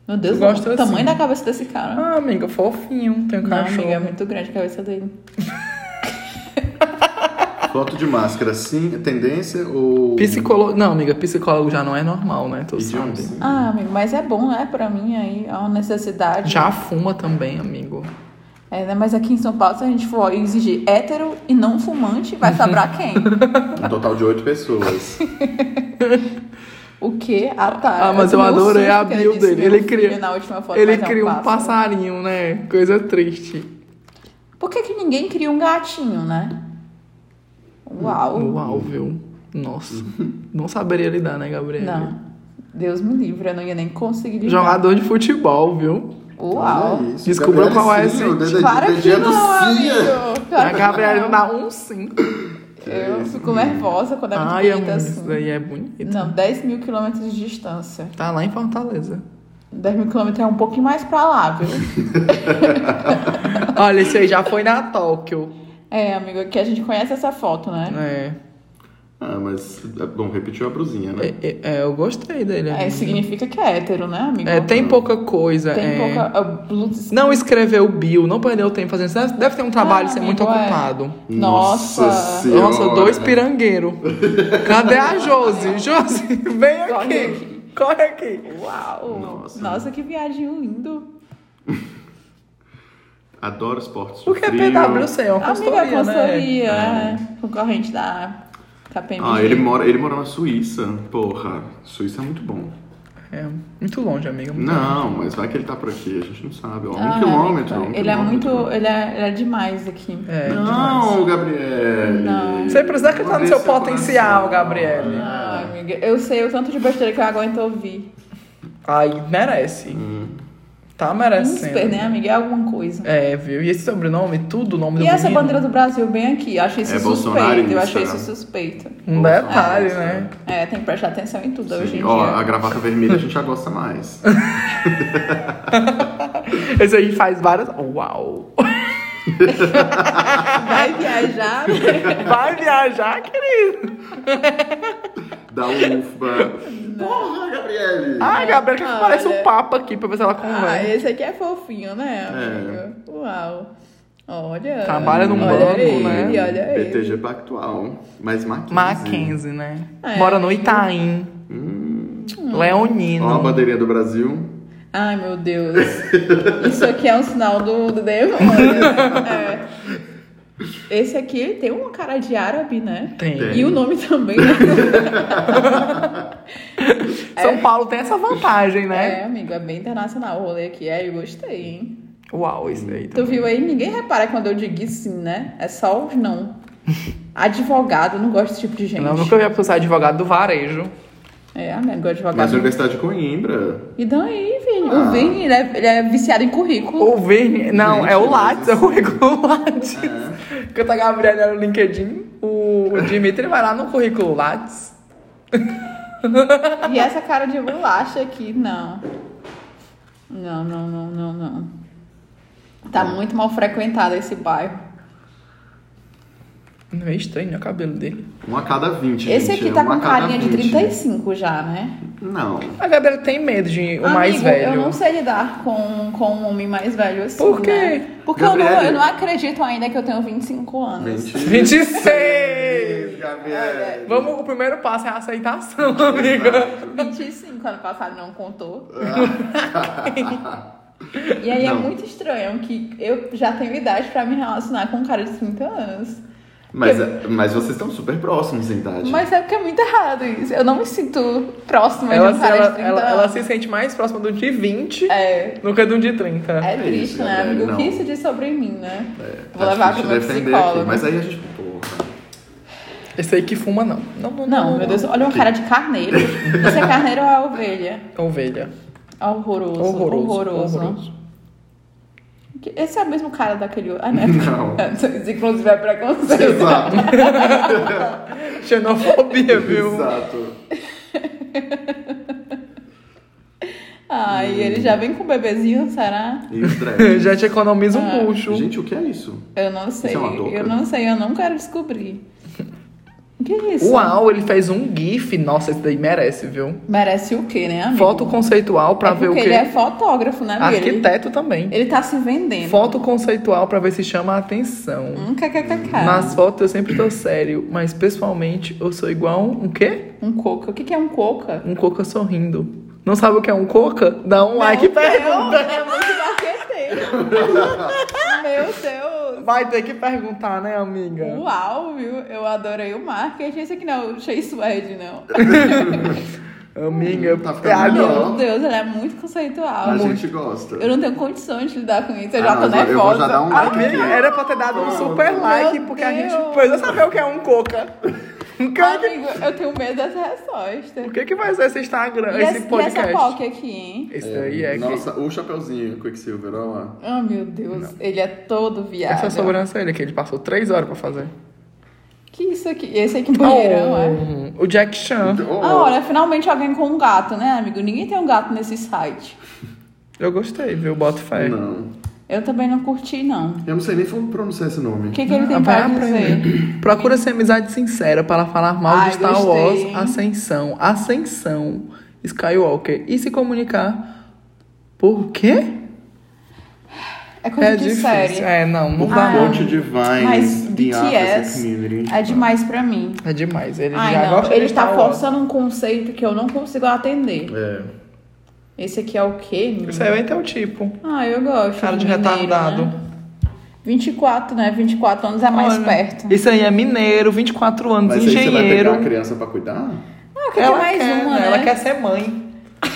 Speaker 2: Meu Deus,
Speaker 1: Eu
Speaker 2: do
Speaker 1: gosto
Speaker 2: céu, o tamanho
Speaker 1: assim.
Speaker 2: da cabeça desse cara.
Speaker 1: Ah, amiga, fofinho, tem um
Speaker 2: Não,
Speaker 1: cachorro.
Speaker 2: amiga, é muito grande a cabeça dele.
Speaker 3: Foto de máscara, sim, é tendência ou.
Speaker 1: Psicólogo. Não, amiga, psicólogo já não é normal, né? Tu
Speaker 3: Idioma,
Speaker 1: sabe.
Speaker 3: sim.
Speaker 2: Ah, amigo, mas é bom, né? Pra mim aí, é uma necessidade.
Speaker 1: Já fuma também, amigo.
Speaker 2: É, né? Mas aqui em São Paulo, se a gente for exigir hétero e não fumante,
Speaker 1: (laughs)
Speaker 2: vai sobrar quem?
Speaker 3: Um total de oito pessoas.
Speaker 2: O quê? Ah, tá.
Speaker 1: Ah, mas eu
Speaker 2: tomei um
Speaker 1: adorei
Speaker 2: susto
Speaker 1: a
Speaker 2: que ele
Speaker 1: bio
Speaker 2: disse
Speaker 1: dele.
Speaker 2: meu
Speaker 1: Ele
Speaker 2: filho
Speaker 1: cria-
Speaker 2: na última foto,
Speaker 1: Ele
Speaker 2: mas é
Speaker 1: cria um passarinho, né? Coisa triste.
Speaker 2: Por que, que ninguém cria um gatinho, né? Uau.
Speaker 1: Uau, viu? Nossa. Não saberia lidar, né, Gabriel?
Speaker 2: Não. Deus me livre, eu não ia nem conseguir ligar.
Speaker 1: Jogador de futebol, viu?
Speaker 2: (laughs) Uau.
Speaker 3: Olha isso,
Speaker 1: Descobriu
Speaker 3: Gabriela
Speaker 1: qual é
Speaker 3: Cia,
Speaker 1: esse-
Speaker 3: o DDD
Speaker 2: Claro que
Speaker 3: DDD do
Speaker 2: não,
Speaker 3: Cia.
Speaker 2: amigo.
Speaker 1: A
Speaker 2: Claro
Speaker 1: Gabriela
Speaker 2: que
Speaker 1: não
Speaker 2: não.
Speaker 1: dá um sim.
Speaker 2: Eu fico nervosa quando é muito
Speaker 1: Ai,
Speaker 2: bonito
Speaker 1: amiga, isso
Speaker 2: assim.
Speaker 1: daí é bonito.
Speaker 2: Não, 10 mil quilômetros de distância.
Speaker 1: Tá lá em Fortaleza.
Speaker 2: 10 mil quilômetros é um pouquinho mais pra lá, viu?
Speaker 1: Olha, esse aí já foi na Tóquio.
Speaker 2: É, amigo, aqui a gente conhece essa foto, né?
Speaker 1: É.
Speaker 3: Ah, mas. é Bom, repetiu a brusinha, né?
Speaker 1: É, é, é, eu gostei dele.
Speaker 2: É,
Speaker 1: amiga.
Speaker 2: significa que é hétero, né, amigo?
Speaker 1: É, tem pouca coisa.
Speaker 2: Tem
Speaker 1: é.
Speaker 2: pouca. uh, a blusa-
Speaker 1: Não escreveu bio, não perdeu tempo fazendo isso. Deve, deve ter um trabalho,
Speaker 2: Ah,
Speaker 1: ser muito
Speaker 2: amigo, é.
Speaker 1: ocupado.
Speaker 2: Nossa.
Speaker 3: Senhora.
Speaker 1: Nossa, dois pirangueiros. Cadê a Josi? (laughs) Josi, vem
Speaker 2: Corre
Speaker 1: aqui.
Speaker 2: aqui.
Speaker 1: Corre aqui.
Speaker 2: Uau!
Speaker 3: Nossa.
Speaker 2: Nossa, que viagem lindo.
Speaker 3: Adoro esportes de
Speaker 1: O que é
Speaker 3: frio.
Speaker 1: PWC? É uma consultoria,
Speaker 2: Amiga,
Speaker 1: né?
Speaker 2: consultoria, é. concorrente da KPMG.
Speaker 3: Ah, ele mora, ele mora na Suíça. Porra, Suíça é muito bom.
Speaker 1: É, muito longe, amiga. muito longe.
Speaker 3: Não, mas vai que ele tá por aqui, a gente não sabe. Ó, um
Speaker 2: Ah,
Speaker 3: quilômetro. um
Speaker 2: Ele é
Speaker 3: quilômetro.
Speaker 2: muito. Ele é, ele é demais aqui.
Speaker 1: É, demais.
Speaker 3: Não, Gabriele.
Speaker 2: Não.
Speaker 1: Você precisa acreditar no seu
Speaker 3: Abre
Speaker 1: potencial,
Speaker 3: coração.
Speaker 1: Gabriele.
Speaker 2: Ah, amiga, eu sei o tanto de besteira que eu aguento ouvir.
Speaker 1: tipo, Aí merece.
Speaker 3: Hum.
Speaker 1: Tá
Speaker 2: Insper, né,
Speaker 1: merecendo.
Speaker 2: amiga? É alguma coisa.
Speaker 1: É, viu? E esse sobrenome, tudo, o nome do
Speaker 2: E essa
Speaker 1: menino?
Speaker 2: bandeira do Brasil bem aqui, eu achei isso
Speaker 3: É
Speaker 2: suspeito.
Speaker 3: bolsonarista,
Speaker 2: Eu achei
Speaker 3: né?
Speaker 2: isso suspeito.
Speaker 1: Um detalhe,
Speaker 3: É.
Speaker 1: né?
Speaker 2: É, tem que prestar atenção em tudo hoje em
Speaker 3: Sim.
Speaker 2: dia.
Speaker 3: Ó, a gravata vermelha a gente já gosta mais.
Speaker 1: Esse aí faz várias. Uau!
Speaker 2: (laughs) Vai
Speaker 3: (laughs)
Speaker 2: viajar.
Speaker 1: (laughs) Vai viajar, querido!
Speaker 3: Da UFBA. (laughs) Ah, Porra, Gabriele!
Speaker 1: Ai, Gabriela, que
Speaker 2: Olha.
Speaker 1: parece um papo aqui pra ver se ela
Speaker 2: ah,
Speaker 1: convém.
Speaker 2: esse aqui é fofinho, né,
Speaker 3: É.
Speaker 2: amiga? Uau. Olha.
Speaker 1: Trabalha num
Speaker 2: olha
Speaker 1: banco,
Speaker 2: ele,
Speaker 1: né?
Speaker 2: Olha ele.
Speaker 3: BTG Pactual. Mas Mackenzie.
Speaker 1: Mackenzie, né?
Speaker 2: É.
Speaker 1: Mora no Itaim.
Speaker 3: Ó a
Speaker 1: Hum. Leonino.
Speaker 3: bandeirinha do Brasil.
Speaker 2: Ai, meu
Speaker 3: (laughs)
Speaker 2: Deus. Isso aqui é um sinal do, do demônio. É. Esse aqui ele tem uma cara de árabe, né?
Speaker 1: Tem.
Speaker 3: Tem.
Speaker 2: E o nome também. né?
Speaker 1: São Paulo tem essa vantagem, né?
Speaker 2: É, amigo, é bem internacional o rolê aqui. É, eu gostei, hein?
Speaker 1: Uau, isso aí.
Speaker 2: Tu
Speaker 1: também.
Speaker 2: viu aí? Ninguém repara quando eu digo sim, né? É só
Speaker 1: (laughs)
Speaker 2: os não. Advogado, não gosto desse tipo de gente.
Speaker 1: Não, nunca vi a pessoa advogado do varejo.
Speaker 2: É, amigo, advogado.
Speaker 3: Mas a Universidade de Coimbra.
Speaker 2: E daí, filho?
Speaker 3: Ah.
Speaker 2: O Vini, ele é, ele é viciado em currículo.
Speaker 1: O Vini. Não, é o
Speaker 3: Gente,
Speaker 1: Lattes,
Speaker 3: mas
Speaker 1: é o currículo Lattes.
Speaker 3: É,
Speaker 1: Enquanto a Gabriela era no LinkedIn, o, o Dimitri vai lá no currículo Lattes.
Speaker 2: E essa cara de bolacha aqui, não. Não, não, não, não, não. Tá muito mal frequentado esse bairro.
Speaker 1: Não é estranho né, o cabelo dele.
Speaker 3: Um a cada 20.
Speaker 2: Esse
Speaker 3: gente.
Speaker 2: aqui tá
Speaker 3: um a
Speaker 2: com
Speaker 3: cada
Speaker 2: carinha de
Speaker 3: 20.
Speaker 2: 35 já, né?
Speaker 3: Não.
Speaker 1: A Gabriela tem medo de o mais
Speaker 2: Amigo,
Speaker 1: velho.
Speaker 2: eu não sei lidar com, com um homem mais velho assim.
Speaker 1: Por quê?
Speaker 2: né? Porque eu não,
Speaker 3: Gabriele.
Speaker 2: eu não acredito ainda que eu tenho 25 anos.
Speaker 3: 20.
Speaker 1: 26!
Speaker 3: Gabriele.
Speaker 1: Vamos, o primeiro passo é a aceitação, (laughs) amiga.
Speaker 2: 25 ano passado não
Speaker 3: (laughs)
Speaker 2: contou. e aí é
Speaker 3: Não.
Speaker 2: muito estranho que eu já tenho idade pra me relacionar com um cara de 30 anos.
Speaker 3: Mas, é- mas vocês estão super próximos em idade.
Speaker 2: Mas é porque é muito errado isso. Eu não me sinto próxima
Speaker 1: Ela,
Speaker 2: de um
Speaker 1: se-
Speaker 2: cara de
Speaker 1: ela,
Speaker 2: 30
Speaker 1: ela,
Speaker 2: anos.
Speaker 1: ela se sente mais próxima do de 20
Speaker 2: É,
Speaker 1: do que do de 30.
Speaker 2: é
Speaker 3: É
Speaker 2: triste,
Speaker 3: isso,
Speaker 2: né,
Speaker 3: Gabriela,
Speaker 2: amigo? O que
Speaker 3: não.
Speaker 2: isso diz sobre mim, né?
Speaker 3: É,
Speaker 2: Vou
Speaker 3: acho
Speaker 2: levar
Speaker 3: que
Speaker 2: pro
Speaker 3: a
Speaker 2: meu
Speaker 3: gente defender aqui.
Speaker 2: psicólogo.
Speaker 3: Mas aí a gente.
Speaker 2: (laughs)
Speaker 3: Porra.
Speaker 1: Esse aí que fuma, não. Não, não,
Speaker 2: Não, meu Deus, olha um cara de carneiro. Você é carneiro ou é ovelha? É
Speaker 1: Ovelha.
Speaker 2: Horroroso,
Speaker 1: Horroroso.
Speaker 2: horroroso.
Speaker 1: horroroso.
Speaker 2: Que- Esse é o mesmo cara daquele. Ah, né?
Speaker 3: Não.
Speaker 2: Isso, Inclusive é preconceito. (laughs)
Speaker 3: Exato.
Speaker 1: Xenofobia,
Speaker 2: um-
Speaker 1: viu?
Speaker 2: (laughs)
Speaker 3: Exato.
Speaker 2: Ai, ele já vem com o bebezinho, será?
Speaker 3: E os
Speaker 1: (laughs)
Speaker 3: drag.
Speaker 1: Já te economiza um
Speaker 2: Ah.
Speaker 1: bucho.
Speaker 3: Gente, o que é isso?
Speaker 2: Eu não sei.
Speaker 3: é uma touca?
Speaker 2: eu não sei, eu não quero descobrir. O que é isso?
Speaker 1: Uau, ele fez um GIF. Nossa, esse daí merece, viu?
Speaker 2: Merece o quê, né, amigo?
Speaker 1: Foto conceitual pra
Speaker 2: É
Speaker 1: ver o
Speaker 2: porque
Speaker 1: que.
Speaker 2: ele é fotógrafo, né, amigo? Ele,
Speaker 1: Arquiteto também.
Speaker 2: ele tá se vendendo.
Speaker 1: Foto conceitual pra ver se chama a atenção.
Speaker 2: Um kkkk.
Speaker 1: Nas fotos eu sempre tô sério, mas pessoalmente eu sou igual um, um quê?
Speaker 2: Um coca. O que, que é um coca?
Speaker 1: Um coca sorrindo. Não sabe o que é um coca? Dá um like e
Speaker 2: Meu Deus,
Speaker 1: pergunta.
Speaker 2: É muito marqueteiro. (laughs) Meu Deus.
Speaker 1: Vai ter que perguntar, né,
Speaker 2: Uh.
Speaker 1: amiga?
Speaker 2: Uau, viu? Eu adorei o marketing. Esse aqui não é o Shea Suede, não.
Speaker 1: Amiga,
Speaker 3: Tá ficando
Speaker 1: é a-
Speaker 3: melhor.
Speaker 2: Meu Deus, ela é muito conceitual.
Speaker 3: a
Speaker 2: Muito.
Speaker 3: gente gosta.
Speaker 2: Eu não tenho condições de lidar com isso. Eu
Speaker 3: Ah,
Speaker 2: já tô
Speaker 3: mas eu- eu vou
Speaker 2: nervosa.
Speaker 3: já dar um like
Speaker 1: Amiga,
Speaker 3: aqui.
Speaker 1: era pra ter dado um super
Speaker 3: Meu
Speaker 1: like, porque a
Speaker 2: Oh, Deus.
Speaker 1: gente precisa saber o que é um coca. (laughs) Um coca.
Speaker 2: Amigo, eu tenho medo dessa resposta.
Speaker 1: O que, que vai ser esse Instagram, esse
Speaker 2: E essa- e essa
Speaker 1: podcast?
Speaker 2: POC aqui, hein?
Speaker 1: Esse daí é que.
Speaker 3: Nossa, o chapeuzinho Quicksilver, olha lá.
Speaker 2: Oh, meu Deus. Ele é todo viado.
Speaker 1: Essa sobrancelha que ele passou três horas pra fazer.
Speaker 2: Que isso aqui? Esse aqui banheirão, é?
Speaker 1: Oh, O Jack Chan.
Speaker 3: Oh,
Speaker 2: Ah, olha, finalmente alguém com um gato, né, amigo? Ninguém tem um gato nesse site.
Speaker 1: Eu gostei, viu? Bota fé.
Speaker 3: oh, Não.
Speaker 2: Eu também não curti, não.
Speaker 3: Eu não sei nem como pronunciar esse nome.
Speaker 2: O que, que ele tem
Speaker 1: Ah, Vai
Speaker 2: pra dizer?
Speaker 1: aprender. Procura ser amizade sincera para falar mal
Speaker 2: Ai,
Speaker 1: de Star
Speaker 2: gostei,
Speaker 1: Wars,
Speaker 2: hein?
Speaker 1: Ascensão, Ascensão, Skywalker e se comunicar. Por quê?
Speaker 2: É coisa de série.
Speaker 1: É, não, não
Speaker 2: Ah.
Speaker 1: dá
Speaker 3: O
Speaker 1: não.
Speaker 3: Coach Divine,
Speaker 2: Mas
Speaker 3: The Office
Speaker 2: BTS
Speaker 3: Community.
Speaker 2: É demais pra mim.
Speaker 1: É demais. Ele já
Speaker 2: Ai, não.
Speaker 1: gosta
Speaker 2: Ele
Speaker 1: de
Speaker 2: tá
Speaker 1: Star Wars.
Speaker 2: forçando um conceito que eu não consigo atender.
Speaker 3: É.
Speaker 2: Esse aqui é o quê, menino?
Speaker 1: Isso aí vai ter o tipo.
Speaker 2: Ah, eu gosto.
Speaker 1: Cara de
Speaker 2: mineiro,
Speaker 1: retardado.
Speaker 2: Né? 24, né? 24 anos é mais
Speaker 1: Olha,
Speaker 2: perto.
Speaker 1: Isso aí é mineiro, 24 anos,
Speaker 3: Mas aí você vai pegar a
Speaker 1: engenheiro.
Speaker 3: criança pra cuidar?
Speaker 2: Ah, quer ter mais uma, né?
Speaker 1: ela quer ser mãe.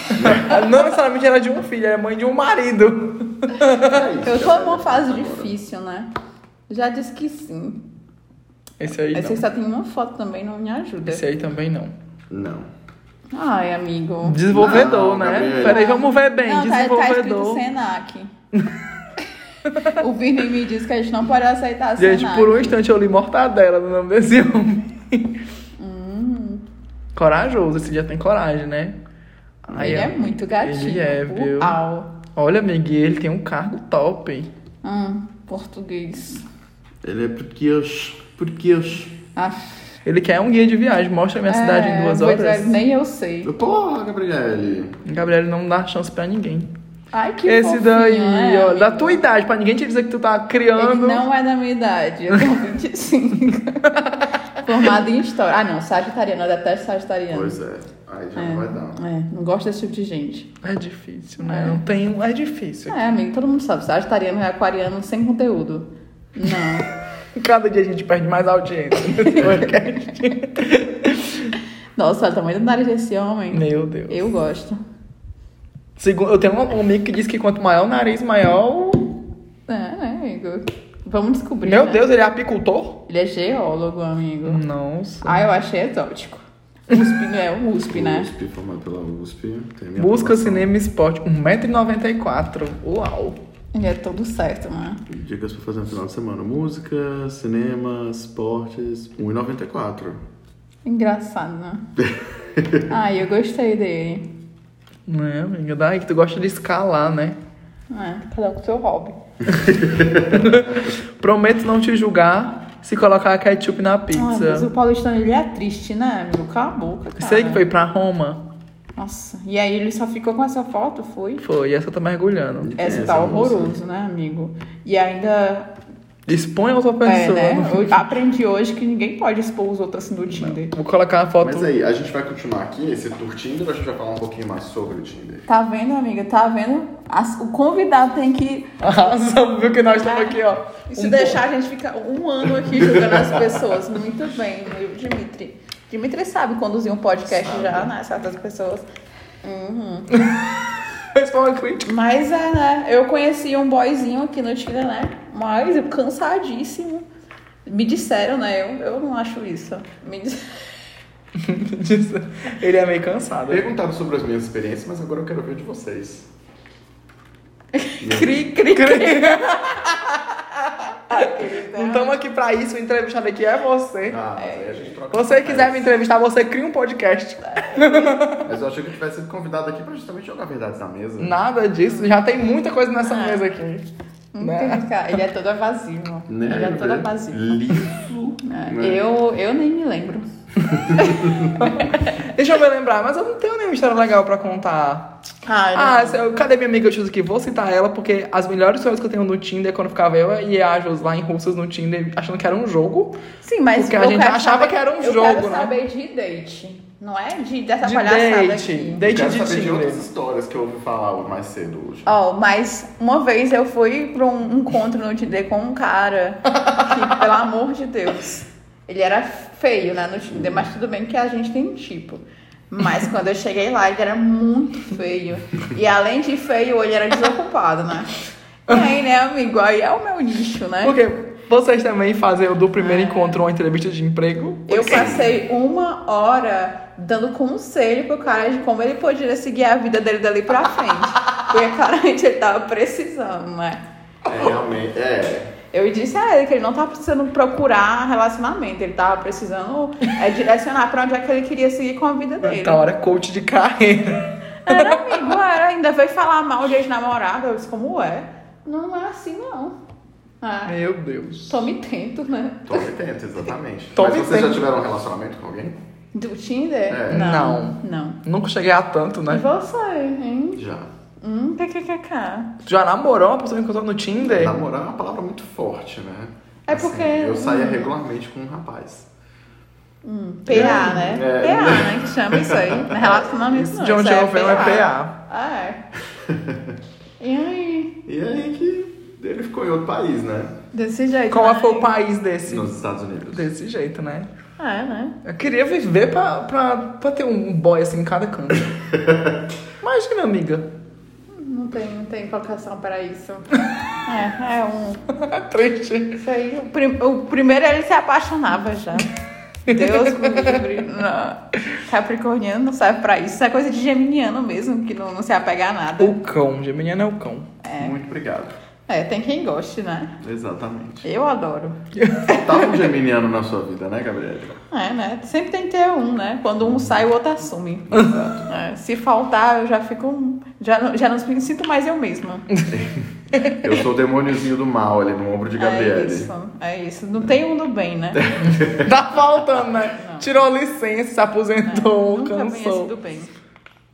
Speaker 1: (laughs) não necessariamente ela é de um filho, ela é mãe de um marido.
Speaker 3: É isso,
Speaker 2: Eu tô
Speaker 3: cara.
Speaker 2: numa fase difícil, né? Já disse que sim.
Speaker 1: Esse aí
Speaker 2: Aí
Speaker 1: não.
Speaker 2: Vocês só tem uma foto também, não me ajuda.
Speaker 1: Esse aí também não.
Speaker 3: Não.
Speaker 2: Ai, amigo.
Speaker 1: Desenvolvedor,
Speaker 3: Não, é.
Speaker 1: né?
Speaker 3: Gabriel.
Speaker 1: Peraí, vamos ver bem.
Speaker 2: não, tá, tá escrito
Speaker 1: Desenvolvedor.
Speaker 2: Senac. (laughs) o Vini me disse que a gente não pode aceitar
Speaker 1: Gente,
Speaker 2: Senac.
Speaker 1: por um instante eu li Mortadela no nome desse homem.
Speaker 2: Hum,
Speaker 1: Corajoso, esse dia tem coragem, né? Ai,
Speaker 2: Ele é
Speaker 1: ó.
Speaker 2: muito gatinho.
Speaker 1: Ele é, viu?
Speaker 2: Uau.
Speaker 1: Olha, amigo, ele tem um cargo top.
Speaker 2: Hum, português.
Speaker 3: Ele é português. Português.
Speaker 2: Ah,
Speaker 1: Ele quer um guia de viagem. Mostra a minha cidade em
Speaker 2: é,
Speaker 1: duas
Speaker 2: pois
Speaker 1: horas.
Speaker 2: É, nem eu sei.
Speaker 3: Porra, Gabriele.
Speaker 1: Gabriel não dá chance pra ninguém.
Speaker 2: Ai, que
Speaker 1: Esse
Speaker 2: fofinho,
Speaker 1: daí,
Speaker 2: né,
Speaker 1: ó, da
Speaker 2: amigo?
Speaker 1: tua idade, pra ninguém te dizer que tu tá criando.
Speaker 2: Ele não é da minha idade, eu tenho 25. Formado em história. Ah, não, sagitariano, eu detesto sagitariano.
Speaker 3: Pois é. Aí já
Speaker 2: é,
Speaker 3: não vai dar.
Speaker 2: é, não gosto desse tipo de gente.
Speaker 1: É difícil, né?
Speaker 2: É.
Speaker 1: Não tem. É difícil.
Speaker 2: É, amigo, todo mundo sabe, sagitariano é aquariano sem conteúdo. Não.
Speaker 1: Cada dia a gente perde mais audiência.
Speaker 2: (laughs)
Speaker 1: nesse podcast.
Speaker 2: Nossa, olha o tamanho do nariz desse homem.
Speaker 1: Meu Deus.
Speaker 2: Eu gosto.
Speaker 1: Segundo, eu tenho um um amigo que diz que quanto maior o nariz, maior. o-
Speaker 2: É, né, amigo? Vamos descobrir.
Speaker 1: Meu
Speaker 2: né?
Speaker 1: Deus, Hum. ele é apicultor?
Speaker 2: Ele é geólogo, amigo.
Speaker 1: Nossa.
Speaker 2: Ah, eu achei exótico. USP, não é o USP, né?
Speaker 3: USP, formado pela USP. Tem minha
Speaker 1: Busca
Speaker 3: aprovação.
Speaker 1: cinema e esporte, 1,94m. Uau.
Speaker 2: Ele é todo certo, né?
Speaker 3: Dicas pra fazer no final de semana. Música, cinema, esportes. 1,94.
Speaker 2: Engraçado, né? Ai, eu gostei dele.
Speaker 1: Né, amiga? Daí que tu gosta de escalar, né?
Speaker 2: É, cada um com seu hobby.
Speaker 1: Prometo não te julgar se colocar ketchup na
Speaker 2: Ai, Ah, mas o
Speaker 1: pizza.
Speaker 2: paulistano, ele é triste, né, amigo? Cala a boca, cara.
Speaker 1: Sei que foi pra Roma.
Speaker 2: Nossa, e aí ele só ficou com essa foto, foi?
Speaker 1: Foi, essa eu tô mergulhando.
Speaker 3: Quem é
Speaker 2: Essa
Speaker 3: essa
Speaker 2: tá
Speaker 3: moça?
Speaker 2: horroroso, né, amigo? E ainda...
Speaker 1: Expõe a outra
Speaker 2: É,
Speaker 1: pessoa.
Speaker 2: né? Eu aprendi hoje que ninguém pode expor os outros assim no Tinder.
Speaker 1: Vou colocar a foto. (laughs)
Speaker 3: Mas aí, a gente vai continuar aqui esse tour Tinder ou a gente vai falar um pouquinho mais sobre o Tinder?
Speaker 2: Tá vendo, amiga? Tá vendo? As- o convidado tem que...
Speaker 1: Arrasamos, viu que Ah, nós estamos aqui, ó.
Speaker 2: É. E se
Speaker 1: Um (laughs)
Speaker 2: deixar, a gente fica um ano aqui julgando as pessoas. Muito bem, meu Dimitri. Dimitri sabe conduzir um podcast já, né? Certas pessoas. Uhum.
Speaker 1: pouco. Isso foi uma crítica.
Speaker 2: Mas é, né? Eu conheci um boyzinho aqui no Tinder, né? Mas eu cansadíssimo. Me disseram, né? Eu, eu não acho isso. Me dis-
Speaker 1: disso. (laughs) Ele é meio cansado.
Speaker 3: Perguntaram sobre as minhas experiências, mas agora eu quero ver de vocês.
Speaker 1: Cri, cri, cri. Não
Speaker 2: Então,
Speaker 1: estamos aqui pra isso, o entrevistado aqui é você.
Speaker 3: Ah, mas aí a gente troca.
Speaker 1: Você quiser me entrevistar, você cria um podcast.
Speaker 3: Mas eu achei que eu tivesse sido convidado aqui pra justamente jogar verdades na mesa.
Speaker 1: Nada disso, já tem muita coisa nessa
Speaker 2: Ah.
Speaker 1: mesa aqui. Né?
Speaker 2: entendi, cara. Ele é todo evasivo.
Speaker 3: Né?
Speaker 2: Ele é todo evasivo.
Speaker 3: Liso. (laughs)
Speaker 2: É,
Speaker 3: né?
Speaker 2: Eu, eu nem me lembro.
Speaker 1: Deixa eu me lembrar, mas eu não tenho nenhuma história legal pra contar.
Speaker 2: Ah, eu
Speaker 1: Ah, se eu- cadê minha amiga Jus aqui? Vou citar ela, porque as melhores histórias que eu tenho no Tinder, é quando ficava eu e a Jus lá em Russas no Tinder, achando que era um jogo.
Speaker 2: Sim, mas
Speaker 1: Porque a
Speaker 2: eu
Speaker 1: gente
Speaker 2: quero
Speaker 1: achava
Speaker 2: saber-
Speaker 1: que era um
Speaker 2: eu
Speaker 1: jogo,
Speaker 2: quero
Speaker 1: né?
Speaker 2: saber de date. Não é de dessa
Speaker 1: De
Speaker 2: palhaçada
Speaker 1: date.
Speaker 2: aqui.
Speaker 1: Date
Speaker 3: Quero
Speaker 1: de
Speaker 3: saber de Ah.
Speaker 1: Tinder.
Speaker 3: outras histórias que eu ouvi falar mais cedo hoje.
Speaker 2: Ó, mas uma vez eu fui pra um encontro no Tinder com um cara que, pelo amor de Deus, ele era feio, né, no Tinder, mas tudo bem que a gente tem tipo. Mas quando eu cheguei lá, ele era muito feio. E além de feio, ele era desocupado, né? E aí, né, amigo? Aí é o meu nicho, né? É.
Speaker 1: Porque vocês também fazem o do primeiro encontro uma entrevista de emprego?
Speaker 2: Eu passei uma hora dando conselho pro cara de como ele poderia seguir a vida dele dali pra frente. Porque claramente ele tava precisando, né?
Speaker 3: É, realmente. É.
Speaker 2: Eu disse a ele que ele não tava precisando procurar relacionamento, ele tava precisando é, direcionar pra onde é que ele queria seguir com a vida dele.
Speaker 1: Então, hora coach de carreira.
Speaker 2: Era amigo, era, ainda veio falar mal de ex-namorada, eu disse, como é? Não é assim não. É,
Speaker 1: Meu Deus.
Speaker 2: tome tento, né?
Speaker 3: Tome tento, exatamente.
Speaker 1: Tome
Speaker 3: mas vocês já
Speaker 1: tento.
Speaker 3: tiveram um relacionamento com alguém?
Speaker 2: Do Tinder?
Speaker 3: É.
Speaker 2: Não. Não.
Speaker 1: Nunca cheguei a tanto,
Speaker 2: E
Speaker 1: né?
Speaker 2: você, hein?
Speaker 3: Já.
Speaker 2: Hum, kkkk.
Speaker 1: Tu já namorou uma pessoa que encontrou no Tinder?
Speaker 3: Namorar é uma palavra muito forte, né?
Speaker 2: É porque-
Speaker 3: eu saía regularmente com um rapaz.
Speaker 2: Hum, PA, né?
Speaker 3: É.
Speaker 2: PA, né? Que chama isso aí. Não é relacionamento, não.
Speaker 1: De onde
Speaker 2: isso aí
Speaker 1: eu venho é PA.
Speaker 2: Ah, é. (laughs) E aí?
Speaker 3: E é aí que ele ficou em outro país, né?
Speaker 2: Desse jeito.
Speaker 1: Qual
Speaker 2: né?
Speaker 1: foi o país desse?
Speaker 3: Nos Estados Unidos.
Speaker 1: Desse jeito, né?
Speaker 2: Ah, é, né?
Speaker 1: Eu queria viver pra, pra, pra ter um boy assim em cada
Speaker 3: (laughs)
Speaker 1: canto. Imagina, amiga. (laughs)
Speaker 2: Não tem, não tem vocação para isso. (laughs) é, é um.
Speaker 1: Triste.
Speaker 2: Isso aí, o, prim- o primeiro ele se apaixonava já. Deus me livre. Não. Capricorniano não serve pra isso. Isso é coisa de geminiano mesmo, que não, não se apega a nada.
Speaker 1: O cão, de menina é o cão.
Speaker 3: Muito obrigado.
Speaker 2: É, tem quem goste, né?
Speaker 3: Exatamente.
Speaker 2: Eu adoro.
Speaker 3: Faltava um geminiano na sua vida, né, Gabriele?
Speaker 2: É, né? Sempre tem que ter um, né? Quando um sai, o outro assume. É, se faltar, eu já fico. um, Já, não- já não me sinto mais eu mesma.
Speaker 3: Eu sou o demôniozinho do mal ali no ombro de
Speaker 2: É
Speaker 3: Gabriele.
Speaker 2: isso, é isso. Não tem um do bem,
Speaker 3: (laughs)
Speaker 2: né?
Speaker 1: Tá faltando, né? Tirou licença, se aposentou,
Speaker 2: É, Nunca bem esse
Speaker 1: cansou.
Speaker 2: do bem.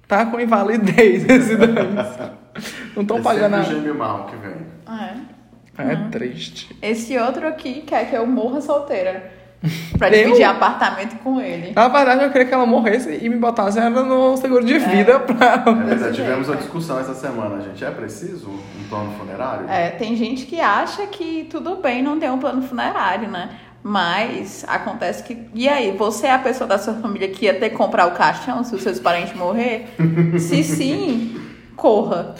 Speaker 1: Tá com invalidez esse dano. Não tão
Speaker 3: é
Speaker 1: pagando
Speaker 3: sempre o
Speaker 1: a...
Speaker 3: gêmeo mal que vem.
Speaker 2: É.
Speaker 1: É triste.
Speaker 2: Esse outro aqui quer que eu morra solteira. Pra
Speaker 1: Eu?
Speaker 2: dividir apartamento com ele.
Speaker 1: Na verdade, eu queria que ela morresse e me botasse ela no seguro
Speaker 2: É.
Speaker 1: de vida pra...
Speaker 3: É verdade, tivemos
Speaker 2: jeito, é.
Speaker 3: uma discussão essa semana, gente. É preciso um plano funerário?
Speaker 2: É, tem gente que acha que tudo bem não ter um plano funerário, né? Mas acontece que. E aí, você é a pessoa da sua família que ia ter que comprar o caixão se os seus parentes morrer? Se sim, corra.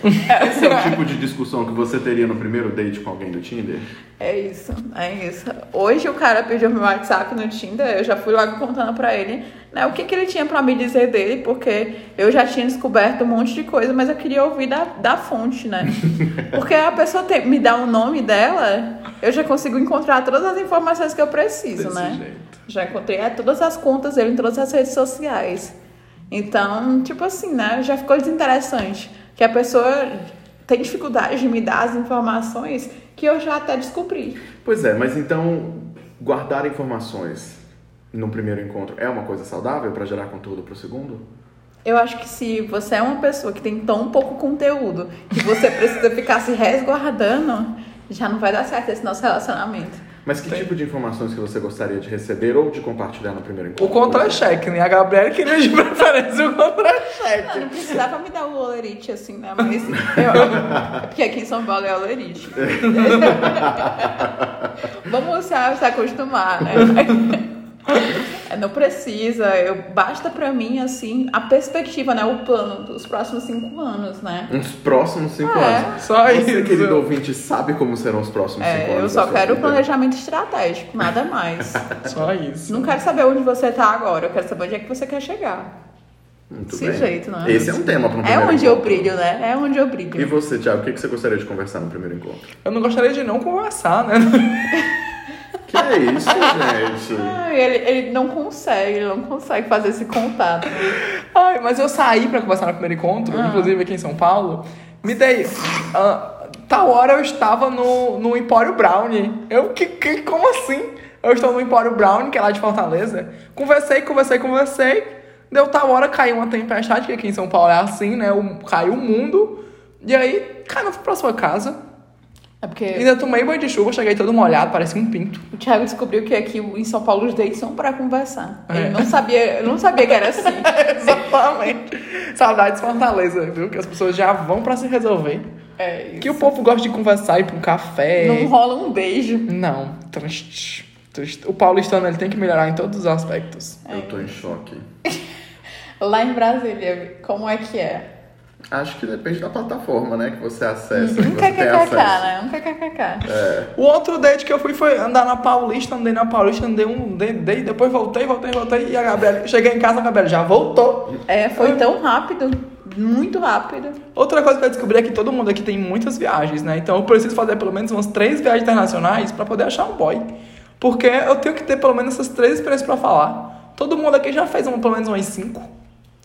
Speaker 3: Esse é o tipo de discussão que você teria no primeiro date com alguém do Tinder?
Speaker 2: É isso, é isso. Hoje o cara pediu meu WhatsApp no Tinder, eu já fui logo contando pra ele né, o que, que ele tinha pra me dizer dele, porque eu já tinha descoberto um monte de coisa, mas eu queria ouvir da, da fonte, né? Porque a pessoa te- me dá o nome dela, eu já consigo encontrar todas as informações que eu preciso,
Speaker 3: Desse
Speaker 2: né?
Speaker 3: jeito.
Speaker 2: Já encontrei é, todas as contas dele em todas as redes sociais. Então, tipo assim, né? Já ficou desinteressante. Que a pessoa tem dificuldade de me dar as informações que eu já até descobri.
Speaker 3: Pois é, mas então guardar informações no primeiro encontro é uma coisa saudável pra gerar conteúdo pro segundo?
Speaker 2: Eu acho que se você é uma pessoa que tem tão pouco conteúdo que você precisa ficar se resguardando, já não vai dar certo esse nosso relacionamento.
Speaker 3: Mas que tipo de informações que você gostaria de receber ou de compartilhar no primeiro encontro?
Speaker 1: O contra-cheque, né? A Gabriela queria de preferência o
Speaker 2: Não,
Speaker 1: contra-cheque.
Speaker 2: não precisava me dar o olerite assim, né? Mas
Speaker 3: (laughs)
Speaker 2: eu, porque aqui em São Paulo é olerite. Vamos se se acostumar, né? É, Não precisa, eu, basta pra mim, assim, a perspectiva, né? O plano dos próximos cinco anos, né?
Speaker 3: Uns próximos cinco
Speaker 2: É.
Speaker 3: anos.
Speaker 1: Só
Speaker 3: Você,
Speaker 1: isso.
Speaker 3: querido ouvinte, sabe como serão os próximos cinco
Speaker 2: É,
Speaker 3: anos?
Speaker 2: eu
Speaker 3: da
Speaker 2: só
Speaker 3: sua
Speaker 2: quero
Speaker 3: vida?
Speaker 2: planejamento estratégico, nada mais.
Speaker 1: Só isso.
Speaker 2: Não quero saber onde você tá agora, eu quero saber onde é que você quer chegar.
Speaker 3: Muito
Speaker 2: Desse
Speaker 3: bem.
Speaker 2: jeito, né?
Speaker 3: Esse é um tema para um
Speaker 2: É
Speaker 3: primeiro
Speaker 2: onde eu
Speaker 3: encontro.
Speaker 2: brilho, né? É onde eu brilho.
Speaker 3: E você, Thiago, o que que você gostaria de conversar no primeiro encontro?
Speaker 1: Eu não gostaria de não conversar, né?
Speaker 3: Que é
Speaker 2: (laughs)
Speaker 3: isso, gente?
Speaker 2: Ah, ele, ele não consegue, ele não consegue fazer esse contato.
Speaker 1: Ai, mas eu saí pra conversar no primeiro encontro, inclusive aqui em São Paulo. Me dei. ah, tal hora eu estava no, no Empório Brownie. Eu, que, que- como assim? Eu estou no Empório Brownie, que é lá de Fortaleza. Conversei, conversei, conversei. Deu tal hora, caiu uma tempestade, que aqui em São Paulo é assim, né? O, caiu o mundo. E aí, cara, eu fui pra sua casa.
Speaker 2: É porque
Speaker 1: Ainda tomei banho de chuva, cheguei todo molhado, parecia um pinto. (laughs)
Speaker 2: o Thiago descobriu que aqui em São Paulo os dates são pra conversar.
Speaker 1: É.
Speaker 2: Ele não sabia, eu não sabia que era assim.
Speaker 1: (laughs) Exatamente. Saudades Fortaleza, viu? Que as pessoas já vão pra se resolver.
Speaker 2: É isso.
Speaker 1: Que o povo gosta de conversar, ir pra um café.
Speaker 2: Não rola um beijo.
Speaker 1: Não, triste. triste. O paulistano ele tem que melhorar em todos os aspectos.
Speaker 2: É
Speaker 3: Eu tô em choque.
Speaker 2: Lá em Brasília, como é que é?
Speaker 3: Acho que depende da plataforma, né? Que você acessa, que
Speaker 2: Um
Speaker 3: você tem
Speaker 2: kkkk,
Speaker 3: acesso. É.
Speaker 2: né? Um kkkk.
Speaker 1: O outro date que eu fui foi andar na Paulista, andei na Paulista, andei um dei, dei, depois voltei, voltei, voltei. E a Gabriela, cheguei em casa, a Gabriela já voltou.
Speaker 2: É, foi tão rápido, muito rápido.
Speaker 1: Outra coisa que eu descobri é que todo mundo aqui tem muitas viagens, né? Então eu preciso fazer pelo menos umas três viagens internacionais pra poder achar um boy. Porque eu tenho que ter pelo menos essas três experiências pra falar. Todo mundo aqui já fez um, pelo menos umas cinco.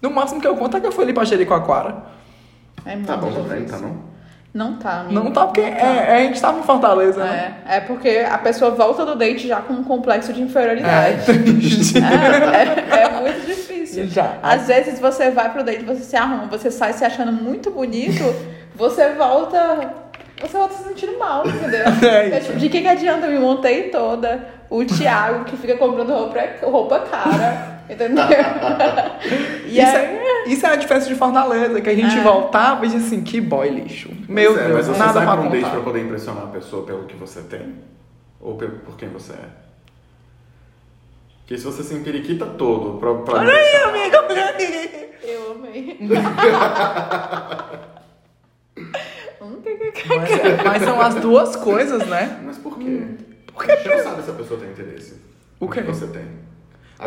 Speaker 1: No máximo que eu conto é que eu fui ali pra Jericoacoara.
Speaker 2: É muito
Speaker 3: Tá bom
Speaker 2: difícil.
Speaker 3: também, tá não?
Speaker 2: Não tá, amigo.
Speaker 1: então. Não tá porque é, a gente tava em Fortaleza, né?
Speaker 2: É, é porque a pessoa volta do date já com um complexo de inferioridade.
Speaker 1: É, triste. (laughs)
Speaker 2: É, é, é muito difícil.
Speaker 1: Já.
Speaker 2: Às vezes você vai pro date, você se arruma, você sai se achando muito bonito, você volta. Você volta se sentindo mal, entendeu?
Speaker 1: (laughs) É
Speaker 2: É
Speaker 1: isso.
Speaker 2: tipo, de que, que adianta? Eu me montei toda. O Thiago, que fica comprando roupa, é roupa cara, entendeu? e
Speaker 1: isso,
Speaker 2: aí,
Speaker 1: é, isso é a diferença de Fortaleza, que a gente
Speaker 2: É.
Speaker 1: voltava e dizia assim, que boy lixo. Meu
Speaker 3: Pois é,
Speaker 1: Deus,
Speaker 3: mas você
Speaker 1: nada
Speaker 3: sai
Speaker 1: pra
Speaker 3: pra um date pra
Speaker 1: contar.
Speaker 3: poder impressionar a pessoa pelo que você tem? Ou pelo, por quem você é? Porque se você se empiriquita todo pra... pra
Speaker 1: Olha aí, amiga, olha aí.
Speaker 2: eu
Speaker 1: (laughs)
Speaker 2: amei. Um Hum,
Speaker 1: Mas, é- (laughs) mas são as duas coisas, né?
Speaker 3: Mas por quê?
Speaker 1: Por que
Speaker 3: A gente não sabe se a pessoa tem interesse.
Speaker 1: O
Speaker 3: no que
Speaker 1: quê?
Speaker 3: você tem.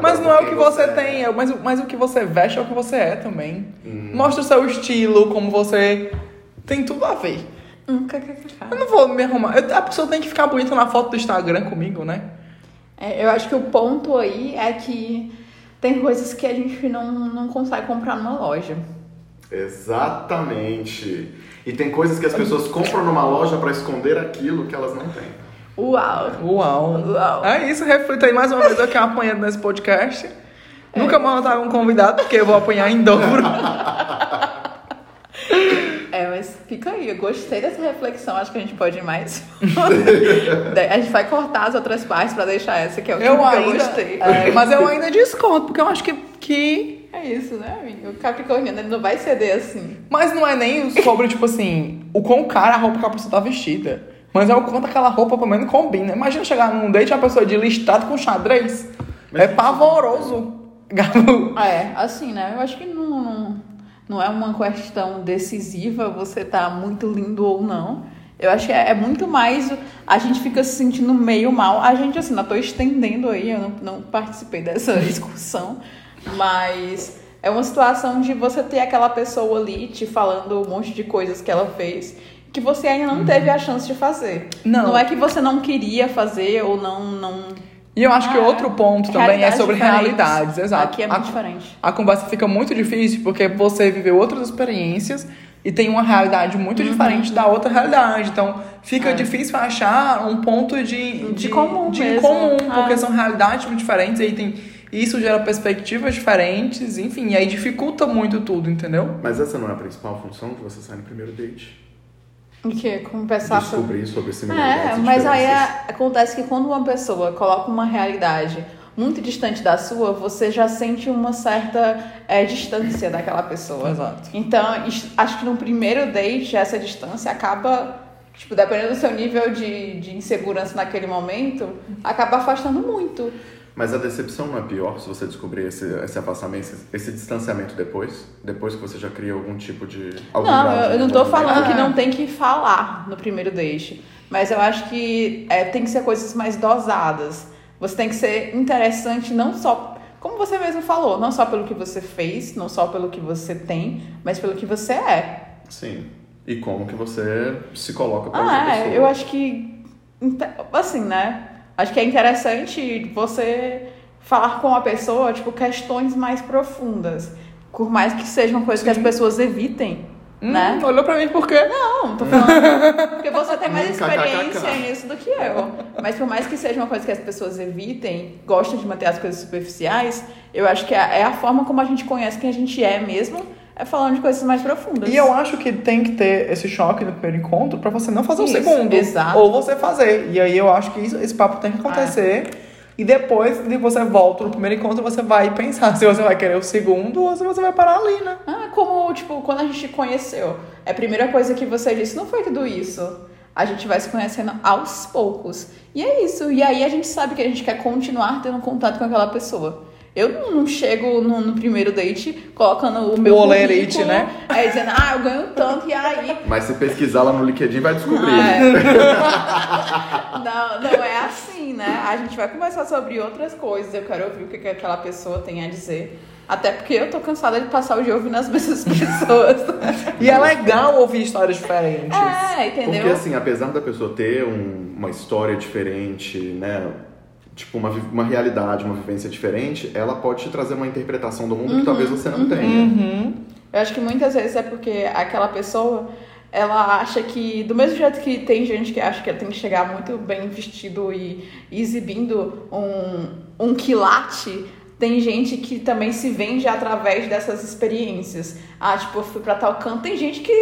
Speaker 1: Mas
Speaker 3: Agora,
Speaker 1: não é
Speaker 3: por
Speaker 1: o que
Speaker 3: quem
Speaker 1: você
Speaker 3: é-
Speaker 1: tem, é, o- mas, o- mas o que você veste é o que você é também.
Speaker 3: Hum.
Speaker 1: Mostra o seu estilo, como você. Tem tudo a ver.
Speaker 2: hum, kkkk.
Speaker 1: Eu não vou me arrumar. Eu- a pessoa tem que ficar bonita na foto do Instagram comigo, né?
Speaker 2: É, eu acho que o ponto aí é que tem coisas que a gente não, não consegue comprar numa loja.
Speaker 3: Exatamente. E tem coisas que as pessoas compram numa loja pra esconder aquilo que elas não têm.
Speaker 2: Uau!
Speaker 1: Uau.
Speaker 2: Uau!
Speaker 1: É isso, reflita aí mais uma vez eu que apanhando nesse podcast. Nunca mandar um convidado, porque eu vou apanhar em dobro.
Speaker 2: É, mas fica aí, eu gostei dessa reflexão, acho que a gente pode
Speaker 1: (laughs)
Speaker 2: ir mais. a gente vai cortar as outras partes pra deixar essa, que é o
Speaker 1: Eu
Speaker 2: que (laughs) eu
Speaker 1: ainda.
Speaker 2: gostei.
Speaker 1: é, mas eu ainda discordo, porque eu acho que. que...
Speaker 2: É isso, né, amigo? O Capricorniano ele não vai ceder assim.
Speaker 1: Mas não é nem sobre, tipo assim, o quão cara a roupa que a pessoa tá vestida. Mas é o quanto aquela roupa, pelo menos, combina. Imagina chegar num date e uma pessoa é de listrado com xadrez.
Speaker 3: Mas
Speaker 1: é
Speaker 3: que-
Speaker 1: pavoroso. Gabu.
Speaker 2: É, assim, né? Eu acho que não, não, não é uma questão decisiva você tá muito lindo ou não. Eu acho que é, é muito mais. o- A gente fica se sentindo meio mal. A gente, assim, eu tô estendendo aí, eu não, não participei (laughs) dessa discussão, mas. É uma situação de você ter aquela pessoa ali te falando um monte de coisas que ela fez que você ainda não teve a chance de fazer.
Speaker 1: Não.
Speaker 2: Uhum. Não é que você não queria fazer ou não. não...
Speaker 1: E eu acho que
Speaker 2: Ah,
Speaker 1: outro ponto também é
Speaker 2: realidades
Speaker 1: sobre
Speaker 2: diferentes.
Speaker 1: realidades, exato.
Speaker 2: Aqui é
Speaker 1: a,
Speaker 2: muito diferente.
Speaker 1: a conversa fica muito difícil porque você viveu outras experiências e tem uma realidade
Speaker 2: Uhum.
Speaker 1: muito diferente da outra realidade. Então, fica difícil achar um ponto de,
Speaker 2: É. De comum
Speaker 1: de
Speaker 2: mesmo.
Speaker 1: comum, porque
Speaker 2: Ah.
Speaker 1: são realidades muito diferentes e aí tem isso gera perspectivas diferentes, enfim, e aí dificulta muito tudo, entendeu?
Speaker 3: Mas essa não é a principal função que você sai no primeiro date.
Speaker 2: O que? Conversar sobre
Speaker 3: Descobrir sobre né? si mesmo.
Speaker 2: É, mas aí é- acontece que quando uma pessoa coloca uma realidade muito distante da sua, você já sente uma certa é, distância daquela pessoa.
Speaker 1: Exato.
Speaker 2: Então, is- acho que no primeiro date, essa distância acaba, tipo, dependendo do seu nível de, de insegurança naquele momento, acaba afastando muito.
Speaker 3: Mas a decepção não é pior se você descobrir esse, esse afastamento, esse, esse distanciamento depois? Depois que você já cria algum tipo de. algum
Speaker 2: não,
Speaker 3: grau de
Speaker 2: eu, eu não tô
Speaker 3: envolvimento?
Speaker 2: falando que
Speaker 1: Ah.
Speaker 2: não tem que falar no primeiro date. Mas eu acho que é, tem que ser coisas mais dosadas. Você tem que ser interessante não só. Como você mesmo falou, não só pelo que você fez, não só pelo que você tem, mas pelo que você é.
Speaker 3: Sim. E como que você se coloca pra outra
Speaker 2: Ah,
Speaker 3: pessoa.
Speaker 2: é, eu acho que. inte- Assim, né? Acho que é interessante você falar com a pessoa, tipo, questões mais profundas. Por mais que sejam coisas que as pessoas evitem, né?
Speaker 1: Hum, olhou pra mim por quê?
Speaker 2: Não, tô
Speaker 1: (laughs)
Speaker 2: falando. Porque você tem mais experiência
Speaker 3: KKKK.
Speaker 2: nisso do que eu. Mas por mais que seja uma coisa que as pessoas evitem, gostam de manter as coisas superficiais, eu acho que é é a forma como a gente conhece quem a gente é mesmo, é falando de coisas mais profundas.
Speaker 1: E eu acho que tem que ter esse choque no primeiro encontro pra você não fazer o
Speaker 2: Isso,
Speaker 1: segundo.
Speaker 2: exato.
Speaker 1: Ou você fazer. E aí eu acho que isso- esse papo tem que acontecer. E depois de você volta no primeiro encontro, você vai pensar (laughs) se você vai querer o segundo ou se você vai parar ali, né?
Speaker 2: Ah, como, tipo, quando a gente conheceu. É a primeira coisa que você disse, não foi tudo isso. A gente vai se conhecendo aos poucos. E é isso. E aí a gente sabe que a gente quer continuar tendo contato com aquela pessoa. Eu não- não chego no, no primeiro date colocando o meu
Speaker 1: olerite,
Speaker 2: currículo,
Speaker 1: né?
Speaker 2: É, dizendo, ah, eu ganho tanto, e aí...
Speaker 3: Mas se pesquisar lá no LinkedIn vai descobrir.
Speaker 2: Ah, é. (laughs) Não, não é assim, né? A gente vai conversar sobre outras coisas. Eu quero ouvir o que, que aquela pessoa tem a dizer. Até porque eu tô cansada de passar o dia ouvindo as mesmas (laughs) pessoas.
Speaker 1: E é legal ouvir histórias diferentes.
Speaker 2: É, entendeu?
Speaker 3: Porque assim, apesar da pessoa ter um- uma história diferente, né? Tipo, uma, vi- uma realidade, uma vivência diferente, ela pode te trazer uma
Speaker 2: Uhum,
Speaker 3: interpretação do mundo que talvez você não tenha.
Speaker 1: Uhum.
Speaker 2: Eu acho que muitas vezes é porque aquela pessoa ela acha que, do mesmo jeito que tem gente que acha que ela tem que chegar muito bem vestido e exibindo um, um quilate, tem gente que também se vende através dessas experiências. Ah, tipo, eu fui pra tal canto, tem gente que,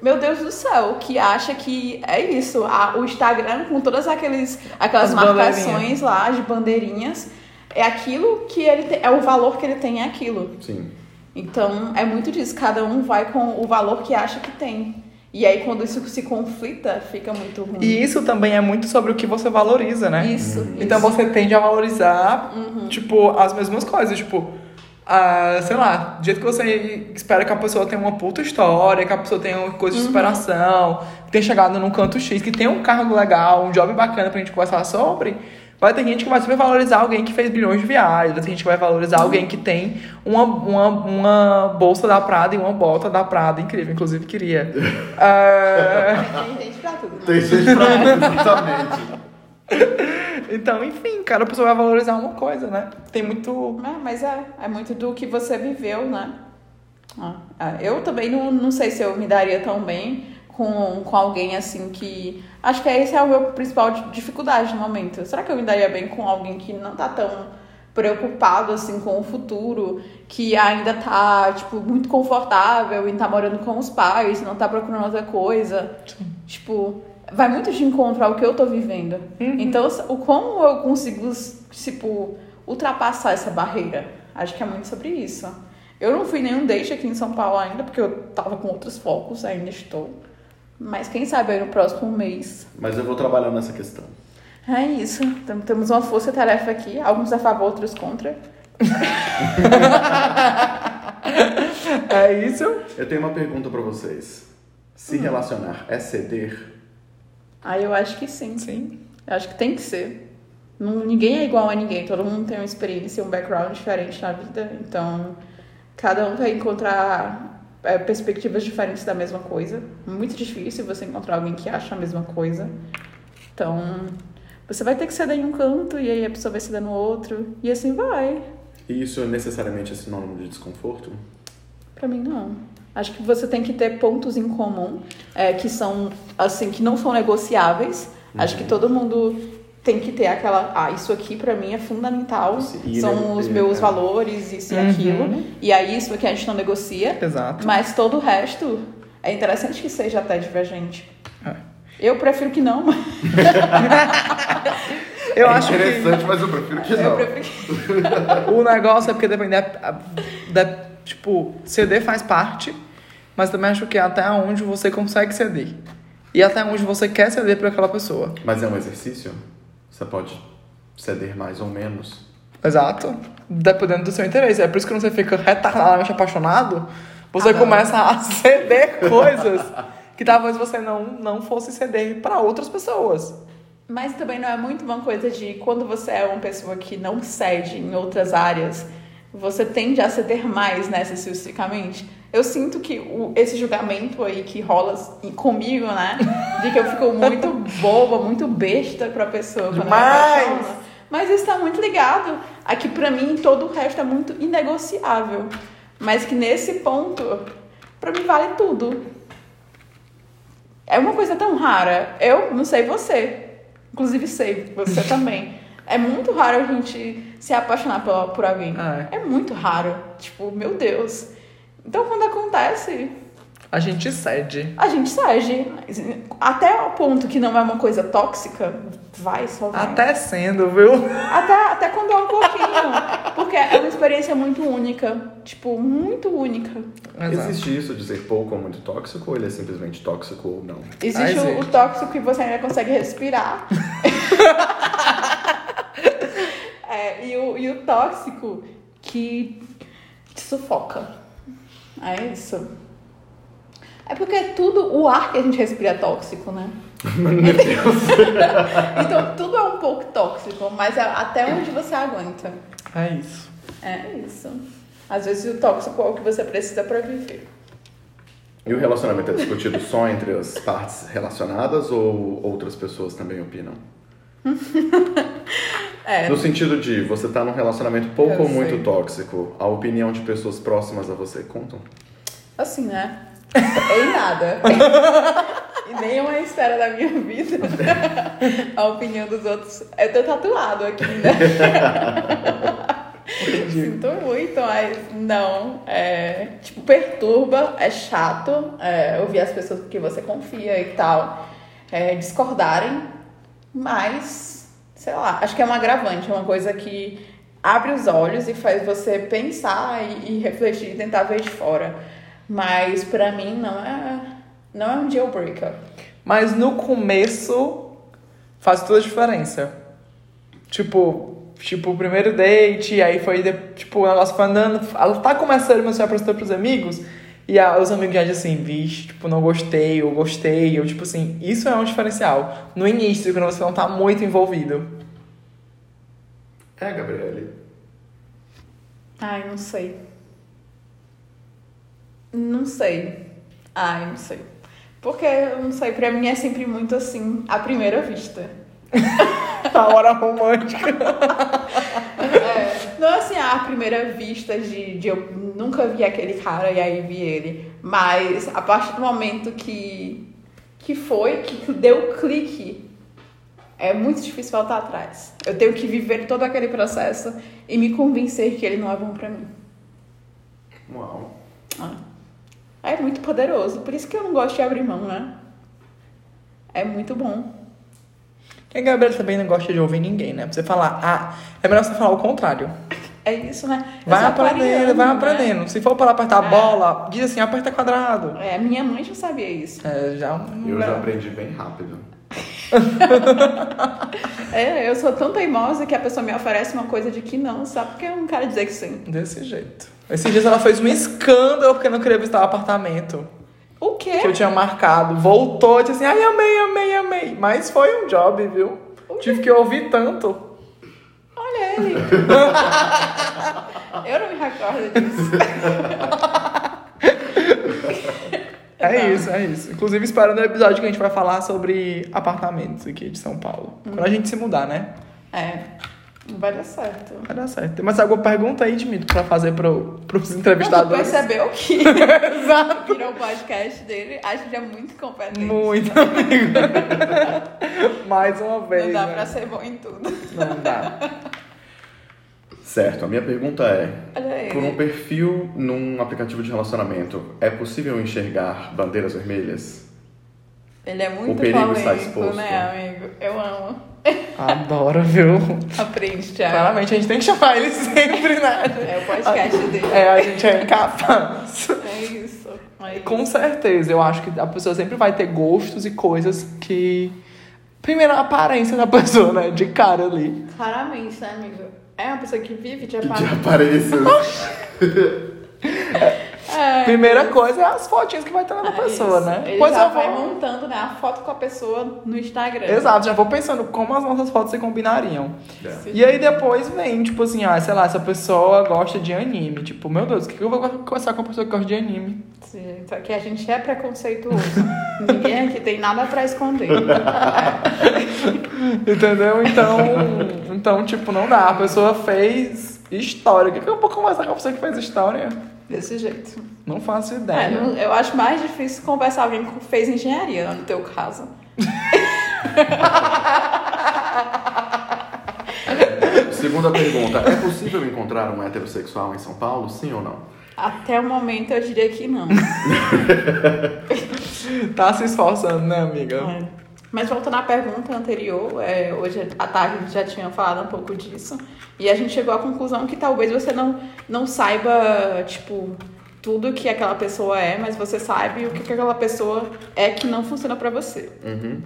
Speaker 2: meu Deus do céu, que acha que é isso. Ah, o Instagram com todas aqueles, aquelas
Speaker 1: As
Speaker 2: marcações
Speaker 1: bandeirinhas.
Speaker 2: lá, as bandeirinhas, é aquilo que ele tem, é o valor que ele tem é aquilo.
Speaker 3: Sim.
Speaker 2: Então é muito disso, cada um vai com o valor que acha que tem. E aí quando isso se conflita, fica muito ruim.
Speaker 1: E isso também é muito sobre o que você valoriza, né?
Speaker 2: Isso. isso.
Speaker 1: Então você tende a valorizar, tipo, as mesmas coisas, tipo, a, sei lá, do jeito que você espera que a pessoa tenha uma puta história, que a pessoa tenha uma coisa de superação, que tenha chegado num canto X, que tenha um cargo legal, um job bacana pra gente conversar sobre. Vai ter gente que vai super valorizar alguém que fez bilhões de viagens, vai ter gente que vai valorizar alguém que tem uma, uma, uma bolsa da Prada e uma bota da Prada, incrível, inclusive queria. Ah,
Speaker 2: Tem gente pra tudo. né?
Speaker 3: Tem gente
Speaker 2: (laughs)
Speaker 3: pra mim, exatamente.
Speaker 1: Então, enfim, cara, a pessoa vai valorizar uma coisa, né? Tem muito.
Speaker 2: É, mas é, é muito do que você viveu, né? Ah, ah, Eu também não, não sei se eu me daria tão bem com, com alguém assim que. Acho que essa é a minha principal di- dificuldade no momento. Será que eu me daria bem com alguém que não tá tão preocupado assim com o futuro, que ainda tá, tipo, muito confortável e tá morando com os pais, não tá procurando outra coisa? Tipo, vai muito de encontro ao que eu tô vivendo. Então, o como eu consigo, tipo, ultrapassar essa barreira? Acho que é muito sobre isso. Eu não fui nenhum date aqui em São Paulo ainda, porque eu tava com outros focos, ainda estou. Mas quem sabe aí no próximo mês.
Speaker 3: Mas eu vou trabalhar nessa questão.
Speaker 2: É isso. Então, temos uma força-tarefa aqui, alguns a favor, outros contra.
Speaker 1: É isso?
Speaker 3: Eu tenho uma pergunta pra vocês. Se
Speaker 1: Hum.
Speaker 3: relacionar é ceder?
Speaker 2: Aí eu acho que sim.
Speaker 1: Sim.
Speaker 2: Eu acho que tem que ser. Não- ninguém é igual a ninguém, todo mundo tem uma experiência, um background diferente na vida, então cada um vai encontrar é, perspectivas diferentes da mesma coisa. Muito difícil você encontrar alguém que acha a mesma coisa. Então, você vai ter que ceder em um canto e aí a pessoa vai ceder no outro, e assim vai.
Speaker 3: E isso necessariamente é sinônimo de desconforto?
Speaker 2: Pra mim, não. Acho que você tem que ter pontos em comum é, que são, assim, que não são negociáveis. Acho que todo mundo tem que ter aquela, ah, isso aqui pra mim é fundamental,
Speaker 3: Esse ir,
Speaker 2: são
Speaker 3: né?
Speaker 2: os meus
Speaker 3: É.
Speaker 2: valores, isso e
Speaker 1: Uhum.
Speaker 2: aquilo. E aí, isso aqui a gente não negocia,
Speaker 1: Exato.
Speaker 2: mas todo o resto é interessante que seja até divergente.
Speaker 1: É.
Speaker 2: Eu prefiro que não, mas
Speaker 1: Eu
Speaker 3: é
Speaker 1: acho que
Speaker 3: interessante, mas eu prefiro que
Speaker 2: eu
Speaker 3: não.
Speaker 2: prefiro que...
Speaker 1: o negócio é porque depender. Da, tipo, ceder faz parte, mas também acho que é até onde você consegue ceder. E até onde você quer ceder pra aquela pessoa.
Speaker 3: Mas é um exercício? Você pode ceder mais ou menos?
Speaker 1: Exato. Dependendo do seu interesse. É por isso que quando você fica retardadamente apaixonado, você
Speaker 2: Ah, não.
Speaker 1: começa a ceder coisas que talvez você não, não fosse ceder pra outras pessoas.
Speaker 2: Mas também não é muito uma coisa de quando você é uma pessoa que não cede em outras áreas, você tende a ceder mais nessa especificamente. Eu sinto que o- esse julgamento aí que rola e comigo, né? De que eu fico muito boba, muito besta pra pessoa quando
Speaker 1: Demais!
Speaker 2: ela apaixona. Mas isso tá muito ligado a que pra mim todo o resto é muito inegociável. Mas que nesse ponto, pra mim vale tudo. É uma coisa tão rara. Eu não sei você. Inclusive sei você também. É muito raro a gente se apaixonar por, por alguém.
Speaker 1: É.
Speaker 2: É muito raro. Tipo, meu Deus. Então quando acontece,
Speaker 1: A gente cede.
Speaker 2: a gente cede. Até o ponto que não é uma coisa tóxica, vai só vai.
Speaker 1: Até sendo, viu?
Speaker 2: Até, até quando é um pouquinho. Porque é uma experiência muito única. Tipo, muito única.
Speaker 3: Existe isso de ser pouco ou muito tóxico? Ou ele é simplesmente tóxico ou não?
Speaker 2: Existe
Speaker 1: Ah,
Speaker 2: o, o
Speaker 1: existe.
Speaker 2: tóxico que você ainda consegue respirar. É, e, o, e o tóxico que te sufoca. É isso. É porque tudo, o ar que a gente respira é tóxico, né? (laughs) então tudo é um pouco tóxico, mas é até onde você aguenta.
Speaker 1: É isso.
Speaker 2: É isso. Às vezes o tóxico é o que você precisa pra viver.
Speaker 3: E o relacionamento é discutido só entre as partes relacionadas ou outras pessoas também
Speaker 1: (laughs)
Speaker 3: opinam?
Speaker 2: É.
Speaker 3: No sentido de você tá num relacionamento pouco
Speaker 1: É. Eu
Speaker 3: ou muito
Speaker 1: sei.
Speaker 3: tóxico, a opinião de pessoas próximas a você contam?
Speaker 2: Assim, né? Em nada. E nem uma esfera da minha vida. A opinião dos outros. Eu tô tatuado aqui, né?
Speaker 1: Entendi.
Speaker 2: Sinto muito, mas não. É, tipo, perturba, é chato é, ouvir as pessoas que você confia e tal é, discordarem, mas, sei lá, acho que é um agravante, é uma coisa que abre os olhos e faz você pensar e, e refletir e tentar ver de fora. Mas pra mim não é, não é um deal breaker.
Speaker 1: Mas no começo faz toda a diferença. Tipo, tipo, o primeiro date, aí foi, de- tipo, o negócio foi andando. Ela tá começando, mas se apresentou pros amigos. E a- os amigos já dizem assim, vixe, tipo, não gostei, eu gostei, ou tipo assim, isso é um diferencial. No início, quando você não tá muito envolvido. (laughs)
Speaker 3: É, Gabriele.
Speaker 2: Ai, não sei. Não sei. Ai, não sei. Porque, eu não sei, pra mim é sempre muito assim, à primeira vista.
Speaker 1: Na hora romântica.
Speaker 2: É, não assim, à primeira vista de, de eu nunca vi aquele cara e aí vi ele. Mas a partir do momento que, que foi, que deu o clique, é muito difícil voltar atrás. Eu tenho que viver todo aquele processo e me convencer que ele não é bom pra mim. Ah.
Speaker 3: Uau.
Speaker 2: É muito poderoso, por isso que eu não gosto de abrir mão, né? É muito bom.
Speaker 1: E a Gabriela também não gosta de ouvir ninguém, né? Pra você falar, ah, é melhor você falar o contrário.
Speaker 2: É isso, né? Eu
Speaker 1: Vai
Speaker 2: sou
Speaker 1: aprendendo,
Speaker 2: aquariana,
Speaker 1: vai
Speaker 2: né?
Speaker 1: aprendendo. Se for para apertar a
Speaker 2: É.
Speaker 1: bola, diz assim, aperta quadrado.
Speaker 2: É, minha mãe já sabia isso.
Speaker 1: É, já
Speaker 2: Hum,
Speaker 1: não
Speaker 3: Eu
Speaker 1: dá.
Speaker 3: já aprendi bem rápido.
Speaker 2: É, eu sou tão teimosa que a pessoa me oferece uma coisa de que não, só porque eu não quero dizer que sim.
Speaker 1: Desse jeito. Esses dias ela fez um escândalo porque não queria visitar o apartamento
Speaker 2: O
Speaker 1: que eu
Speaker 2: quê?
Speaker 1: tinha marcado. Voltou, disse assim, ai, amei, amei, amei. Mas foi um job, viu?
Speaker 2: Ui.
Speaker 1: Tive que ouvir tanto. (laughs)
Speaker 2: Olha ele. eu não me recordo disso.
Speaker 1: É
Speaker 2: Tá.
Speaker 1: isso, é isso. Inclusive, esperando o episódio que a gente vai falar sobre apartamentos aqui de São Paulo. Quando a gente se mudar, né?
Speaker 2: É, não vai dar certo.
Speaker 1: Vai dar certo. Tem mais alguma pergunta aí, Dmitry, pra fazer pro, pros
Speaker 2: Não, tu
Speaker 1: entrevistadores? (laughs)
Speaker 2: percebeu que (laughs)
Speaker 1: Exato.
Speaker 2: virou o podcast dele? A gente é muito competente.
Speaker 1: Muito,
Speaker 2: (laughs)
Speaker 1: amigo. mais uma vez.
Speaker 2: Não dá
Speaker 1: né?
Speaker 2: pra ser bom em tudo.
Speaker 1: Não dá.
Speaker 3: Certo, a minha pergunta é:
Speaker 2: Olha ele.
Speaker 3: Por um perfil num aplicativo de relacionamento, é possível enxergar bandeiras vermelhas?
Speaker 2: Ele é muito
Speaker 3: O perigo está
Speaker 2: polêmico,
Speaker 3: exposto.
Speaker 2: né, amigo? Eu amo.
Speaker 1: Adoro, viu?
Speaker 2: Aprende, Thiago.
Speaker 1: Claramente a gente tem que chamar ele sempre, né?
Speaker 2: É o podcast dele.
Speaker 1: É, a gente é incapaz.
Speaker 2: É isso. É
Speaker 1: Com certeza, eu acho que a pessoa sempre vai ter gostos e coisas que. Primeiro, a aparência da pessoa, né? De cara ali.
Speaker 2: isso. Claramente, né, amigo? É uma pessoa que vive de
Speaker 3: Que de
Speaker 2: apartamento. (laughs)
Speaker 3: aparências.
Speaker 2: É.
Speaker 1: Primeira coisa é as fotinhas que vai ter na
Speaker 2: É
Speaker 1: pessoa,
Speaker 2: isso.
Speaker 1: né?
Speaker 2: Ele
Speaker 1: Pois
Speaker 2: já
Speaker 1: eu
Speaker 2: vai
Speaker 1: vou.
Speaker 2: montando né, a foto com a pessoa no Instagram.
Speaker 1: Exato, já vou pensando como as nossas fotos se combinariam.
Speaker 3: É.
Speaker 1: E aí depois vem, tipo assim, ah, sei lá, se a pessoa gosta de anime. Tipo, meu Deus, o que que eu vou conversar com uma pessoa que gosta de anime?
Speaker 2: Sim, Só que a gente é preconceituoso. Ninguém aqui tem nada pra esconder.
Speaker 1: Entendeu? Então, então, tipo, não dá. A pessoa fez história. O que que eu vou conversar com a pessoa que fez história?
Speaker 2: Desse jeito.
Speaker 1: Não faço
Speaker 2: É,
Speaker 1: ideia.
Speaker 2: não- eu acho mais difícil conversar alguém que fez engenharia, no teu caso.
Speaker 3: Segunda pergunta: É possível encontrar um heterossexual em São Paulo? Sim ou não?
Speaker 2: Até o momento eu diria que não.
Speaker 1: Tá se esforçando, né, amiga?
Speaker 2: É. Mas voltando à pergunta anterior, é, hoje à tarde a gente já tinha falado um pouco disso. E a gente chegou à conclusão que talvez você não, não saiba, tipo, tudo que aquela pessoa é, mas você sabe o que que aquela pessoa é que não funciona pra você.
Speaker 3: Uhum.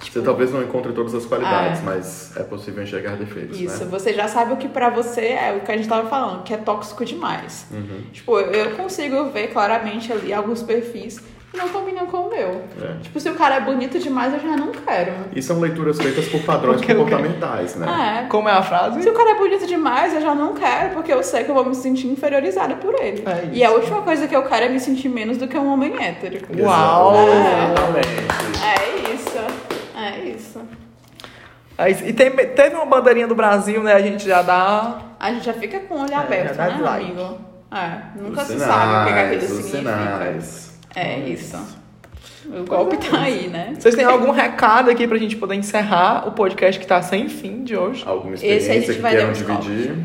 Speaker 3: Você talvez não encontre todas as qualidades,
Speaker 2: Tipo, Ah, é.
Speaker 3: mas é possível enxergar defeitos,
Speaker 2: Isso,
Speaker 3: né?
Speaker 2: você já sabe o que pra você é o que a gente tava falando, que é tóxico demais.
Speaker 3: Uhum.
Speaker 2: Tipo, eu consigo ver claramente ali alguns perfis que não combinam com o meu.
Speaker 3: É.
Speaker 2: Tipo, se o cara é bonito demais, eu já não quero.
Speaker 3: E são leituras feitas por padrões
Speaker 1: Porque eu quero-
Speaker 3: comportamentais, né?
Speaker 2: Ah, é,
Speaker 1: Como é a frase?
Speaker 2: Se o cara é bonito demais, eu já não quero, porque eu sei que eu vou me sentir inferiorizada por ele.
Speaker 1: É isso. É.
Speaker 2: e a última coisa que eu quero é me sentir menos do que um homem hétero.
Speaker 3: Exa-
Speaker 1: Uau!
Speaker 3: Exatamente.
Speaker 2: É isso. É isso.
Speaker 1: Aí, É e tem, teve uma bandeirinha do Brasil, né? A gente já dá.
Speaker 2: A gente já fica com o olho
Speaker 1: É,
Speaker 2: aberto,
Speaker 1: já dá
Speaker 2: né,
Speaker 1: like.
Speaker 2: amigo? É, nunca
Speaker 3: Os
Speaker 2: se sabe o que, que
Speaker 3: sinais,
Speaker 2: aquilo
Speaker 3: os
Speaker 2: significa.
Speaker 3: sinais.
Speaker 2: É isso. O golpe tá aí, né?
Speaker 1: Vocês têm algum recado aqui pra gente poder encerrar o podcast que tá sem fim de hoje?
Speaker 3: Alguma
Speaker 2: Esse a gente
Speaker 3: experiência que
Speaker 2: vai dar um
Speaker 3: queiram
Speaker 2: uns golpes.
Speaker 3: dividir.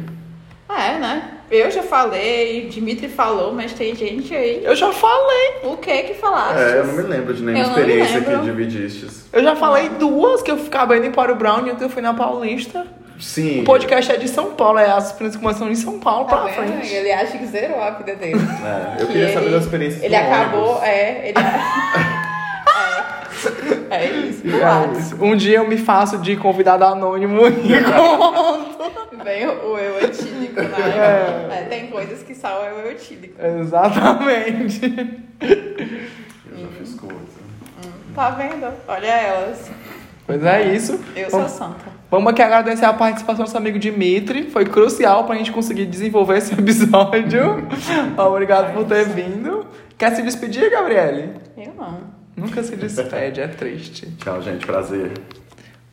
Speaker 2: Ah, é, né? Eu já falei, Dimitri falou, mas tem gente aí.
Speaker 1: Eu já falei.
Speaker 2: O que que falaste?
Speaker 3: É, eu não me lembro de nenhuma
Speaker 2: Ah, Eu não me
Speaker 3: experiência que
Speaker 2: lembro.
Speaker 3: dividistes.
Speaker 1: Eu já falei duas que eu ficava indo em Pório Brown e outra que eu fui na Paulista.
Speaker 3: Sim.
Speaker 1: O podcast é de São Paulo, é as experiências que começam em São Paulo
Speaker 2: Tá
Speaker 1: pra
Speaker 2: vendo?
Speaker 1: frente.
Speaker 2: Ele acha que zerou a vida dele.
Speaker 3: É, eu
Speaker 2: Que
Speaker 3: queria
Speaker 2: ele-
Speaker 3: saber das experiências
Speaker 2: Ele
Speaker 3: do
Speaker 2: acabou,
Speaker 3: ônibus.
Speaker 2: é, ele. é. É isso, boatos.
Speaker 1: Um dia eu me faço de convidado anônimo e
Speaker 2: (laughs)
Speaker 1: conto.
Speaker 2: Vem o o eu etílico, né? É, tem coisas que só é o eu etílico.
Speaker 1: Exatamente.
Speaker 3: Eu já fiz coisa.
Speaker 2: Tá vendo? Olha elas.
Speaker 1: Pois é isso.
Speaker 2: Eu sou
Speaker 1: Vamos-
Speaker 2: santa.
Speaker 1: Vamos aqui agradecer a participação do nosso amigo Dimitri. Foi crucial pra gente conseguir desenvolver esse (laughs) episódio. Obrigado por ter vindo. Quer se despedir, Gabriele?
Speaker 2: Eu não.
Speaker 1: Nunca se despede, é triste.
Speaker 3: Tchau, gente. Prazer.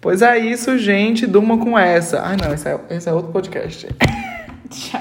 Speaker 1: Pois é isso, gente. Durma com essa. Ai, não, esse é, esse é outro podcast.
Speaker 2: Tchau.